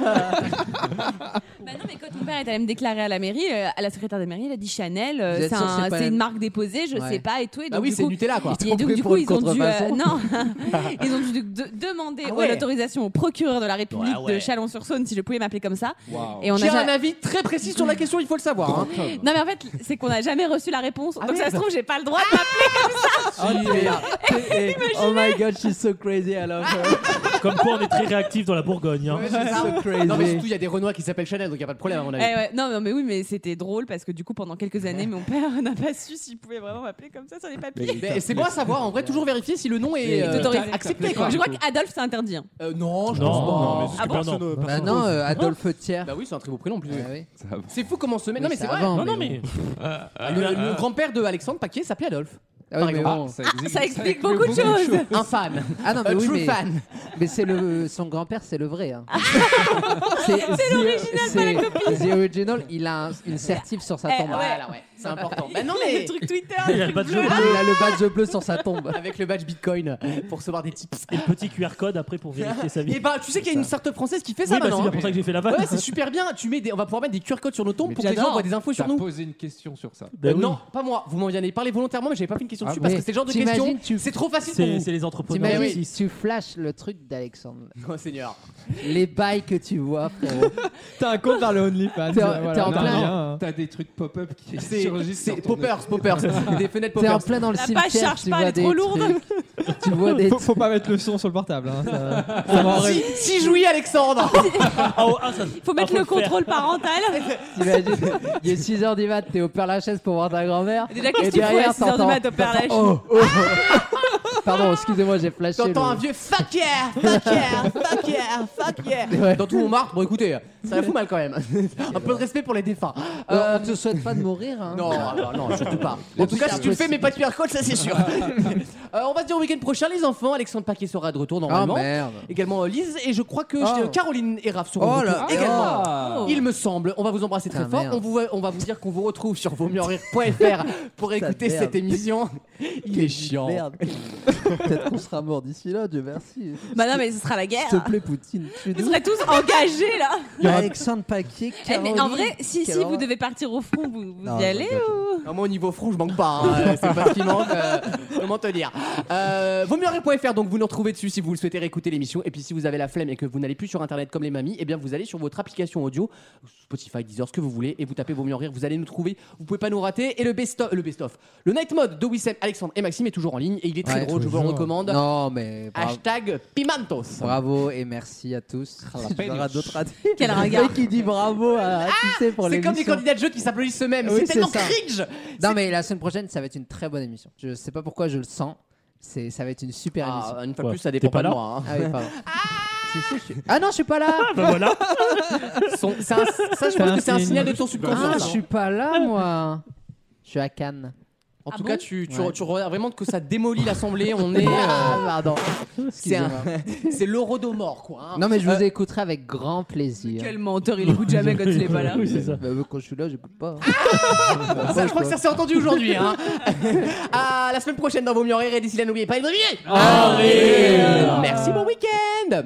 S5: Bah non, mais quand mon père est allé me déclarer à la mairie, euh, à la secrétaire de mairie, il a dit Chanel, euh,
S3: Vous êtes
S5: c'est
S3: sûr que
S5: un-
S3: c'est pas
S5: c'est
S3: la-
S5: une marque déposée, je
S3: Ouais.
S5: sais pas et tout. Et
S2: Bah
S5: donc,
S2: oui,
S5: du
S2: c'est
S5: coup,
S2: Nutella quoi.
S5: Et donc,
S3: compris
S5: du
S3: pour
S5: coup,
S3: une
S5: ils ont dû, euh,
S3: contrefaçon.
S5: non, [laughs] ils ont dû de- de- demander
S2: Ah ouais.
S5: l'autorisation au procureur de la République
S2: Ouais, ouais.
S5: de Chalon-sur-Saône si je pouvais m'appeler comme ça.
S7: Waouh.
S5: Et on a
S2: J'ai
S5: ja-
S2: un avis très précis sur la question, il faut le savoir. hein.
S5: Non, mais en fait, c'est qu'on n'a jamais reçu la réponse.
S2: Ah
S5: donc, ça
S2: merde.
S5: se trouve, j'ai pas le droit de m'appeler.
S3: Oh, [laughs] mais- oh my god, she's so crazy. I love her.
S4: Comme quoi, on est très réactif dans la Bourgogne. hein.
S3: She's so crazy.
S2: Non, mais surtout, il y a des Renois qui s'appellent Chanel, donc il n'y a pas de problème à mon avis.
S5: Eh ouais, Non, non, mais oui, mais c'était drôle parce que du coup, pendant quelques années, mon père n'a pas su s'il pouvait vraiment m'appeler comme ça sur les papiers.
S2: Mais c'est bon à savoir, en vrai, toujours vérifier si le nom est
S5: Et
S2: euh,
S5: t'autorises.
S2: accepté. Quoi.
S5: Je crois qu'Adolphe, c'est interdit. hein.
S2: Euh, non, je
S4: Non,
S2: pense pas.
S4: non, mais
S5: Ah bon
S8: personne, euh,
S3: Bah
S8: personne
S3: non,
S8: n'ose.
S3: euh, Adolphe Thiers.
S2: Bah oui, c'est un très beau prénom en plus.
S3: Ah oui.
S2: C'est fou comment se met.
S3: Oui,
S2: non, mais
S3: c'est
S2: c'est vrai.
S3: avant,
S4: Non, non,
S3: mais
S4: mais.
S2: Le, le grand-père de Alexandre Paquet s'appelait Adolphe.
S3: Ah, oui, mais
S7: Ah,
S3: bon.
S7: ça
S5: Ça explique
S7: explique
S5: beaucoup de choses.
S2: Un fan.
S3: Ah non,
S2: A
S3: mais oui,
S2: true
S3: mais,
S2: fan.
S3: mais c'est le son grand-père, c'est le vrai.
S5: Ah.
S3: hein. [laughs] c'est l'original, pas la copie. The original, il a un- une certif sur sa
S5: Eh,
S3: tombe.
S5: ouais.
S2: Voilà, ouais, c'est important. Bah non,
S5: [laughs] Le
S2: mais
S5: truc
S2: [laughs]
S5: Twitter.
S2: Ah,
S4: Il a le badge
S3: Il
S5: Ah.
S4: bleu.
S3: a le badge bleu sur sa tombe.
S2: avec le badge Bitcoin pour recevoir des tips.
S4: Et le petit QR code après pour vérifier sa vie.
S2: Et bah, tu sais qu'il y a une start-up française qui fait ça
S4: Oui, bah,
S2: maintenant.
S4: c'est bien
S2: hein.
S4: pour ça que j'ai fait la vanne.
S2: Ouais, c'est super bien. Tu mets des- on va pouvoir mettre des QR codes sur nos tombes
S7: Mais
S2: pour que les gens
S5: j'adore.
S2: envoient des infos sur
S7: T'as
S2: nous.
S7: posé une question sur ça.
S4: Bah
S2: Euh,
S4: oui.
S2: Non, pas moi. Vous m'en avez parlé volontairement, mais j'avais pas fait une question
S7: Ah
S2: dessus
S7: bon.
S2: parce
S3: Mais
S2: que c'est le genre de
S3: t'imagines,
S2: question.
S3: tu-
S2: C'est trop facile pour
S4: C'est
S2: vous.
S4: c'est les entrepreneurs
S3: T'imagines,
S4: aussi.
S3: tu flashes le truc d'Alexandre.
S2: Oh, Seigneur.
S3: Les bails que tu vois, frérot.
S6: T'as un compte vers le OnlyFans.
S3: T'es en-
S6: voilà.
S3: t'es en
S6: Non,
S3: plein-
S6: rien, hein.
S7: T'as des trucs pop-up qui
S2: C'est
S7: surgissent.
S2: c'est
S7: sur ton
S2: poppers, poppers, des fenêtres
S3: T'es
S2: poppers.
S3: en plein dans le
S5: La page
S3: cimetière.
S5: charge
S3: tu
S5: pas, elle
S3: vois
S5: est trop
S3: des
S5: lourde.
S3: trucs. tu vois des.
S6: Faut, faut pas mettre le son sur le portable. Hein, ça, ça m'aurait-
S2: Si, si jouit Alexandre
S4: Ah, oh,
S5: Faut mettre le contrôle parental.
S3: T'imagines, il est 6h du mat, t'es au Père Lachaise pour voir ta grand-mère.
S5: Déjà,
S3: et
S5: qu'est-ce que tu fous à
S3: derrière,
S5: 6 heures du
S3: t'entends-
S5: mat au Père
S3: t'entends-
S5: Lachaise Ah.
S3: oh, oh, oh. Pardon, excusez-moi, j'ai flashé.
S2: T'entends
S3: le-
S2: un vieux fuck yeah, [laughs] fuck yeah, fuck yeah, fuck yeah.
S3: Ouais.
S2: Dans tout Montmartre, bon écoutez, ça la fout mal quand
S3: [laughs]
S2: même. un peu de respect pour les défunts.
S3: Euh, on te souhaite pas de mourir. hein.
S2: Non, non, non, surtout pas. En tout cas, si tu le fais, mais pas de QR code, ça c'est
S3: [laughs]
S2: sûr. Euh, on va se dire au week-end prochain, les enfants. Alexandre Paquet sera de retour normalement.
S3: Ah, Oh, merde.
S2: Également euh, Lise et je crois que
S3: Oh.
S2: euh, Caroline et Raph seront
S3: Oh
S2: de
S3: là
S2: retour également.
S5: Oh.
S3: là.
S2: Il me semble. On va vous embrasser très
S3: Putain,
S2: fort.
S3: merde.
S2: On, vous, on va vous dire qu'on vous retrouve sur
S3: [laughs]
S2: vosmieuxenrire.fr pour écouter
S3: merde.
S2: cette
S3: [laughs]
S2: émission. Il est chiant.
S3: Merde. Peut-être qu'on sera mort d'ici là, Dieu merci.
S5: Bah non, mais ce sera la guerre.
S3: S'il te plaît, Poutine, tu
S5: Vous serez tous engagés là.
S3: Alexandre Paquet,
S5: Eh, mais en vrai, si, si
S3: Caroline.
S5: vous devez partir au front, vous, vous
S3: Non,
S5: y
S3: je
S5: allez euh,
S3: rigole.
S5: ou
S2: Non, Ah, moi, au niveau front, je manque pas. hein. Euh, C'est pas ce qui manque. euh, [laughs] comment te dire euh, Vaut mieux rire.fr, donc vous nous retrouvez dessus si vous le souhaitez réécouter l'émission. Et puis, si vous avez la flemme et que vous n'allez plus sur Internet comme les mamies, eh bien, vous allez sur votre application audio, Spotify, Deezer, ce que vous voulez, et vous tapez Vaut mieux en rire. Vous allez nous trouver. Vous pouvez pas nous rater. Et le best-of, le, best le night mode de Wissem, Alexandre et Maxime est toujours en ligne. Et il est très
S3: Ouais,
S2: drôle, je vous le
S3: toujours.
S2: recommande.
S3: Non, mais
S5: Ah,
S3: bravo,
S2: Hashtag Pimentos.
S3: bravo et merci à tous. Si tu verras d'autres ratés.
S5: Quel
S3: Le
S5: regard. Ah,
S3: mec qui dit bravo à, à qui c'est pour
S2: C'est
S3: l'émission.
S2: comme des candidats de jeu qui s'applaudissent eux-mêmes.
S3: Oui,
S2: c'est
S3: c'est
S2: tellement
S3: ça.
S2: cringe.
S3: Non, mais la semaine prochaine, ça va être une très bonne émission. Je sais pas pourquoi je le sens. C'est, ça va être une super émission.
S2: Ah, une fois de
S4: Quoi,
S2: plus, ça
S4: t'es
S2: dépend
S4: pas
S2: pas de
S4: là
S2: moi. hein.
S3: Ah oui,
S5: [laughs]
S3: pardon. Si, si, je suis- Ah non, je suis pas là.
S4: Bah voilà.
S2: Son- c'est un- ça, je pense que c'est un signal de ton subconscient.
S3: Ah, je
S2: ça.
S3: suis pas là, moi. Je suis à Cannes.
S2: En
S5: Ah
S2: tout
S5: bon
S2: cas, tu, tu,
S3: Ouais. Ah,
S2: tu regardes vraiment que ça démolit l'Assemblée. On est. euh,
S3: pardon.
S2: c'est un-
S3: Excusez-moi.
S2: c'est l'eurodomor, quoi. hein.
S3: Non, mais je vous
S2: Euh,
S3: écouterai avec grand plaisir.
S5: Quel menteur, il écoute jamais quand il est [laughs] pas là.
S4: Oui, c'est ça.
S3: Bah, euh, quand je suis là, j'écoute pas.
S2: Ah, ça, je crois que ça s'est entendu aujourd'hui.
S3: [laughs]
S2: Hein.
S3: Ah
S2: à la semaine prochaine dans Vos Mieux en Rire. Et d'ici là, n'oubliez pas les briller. Merci, bon week-end.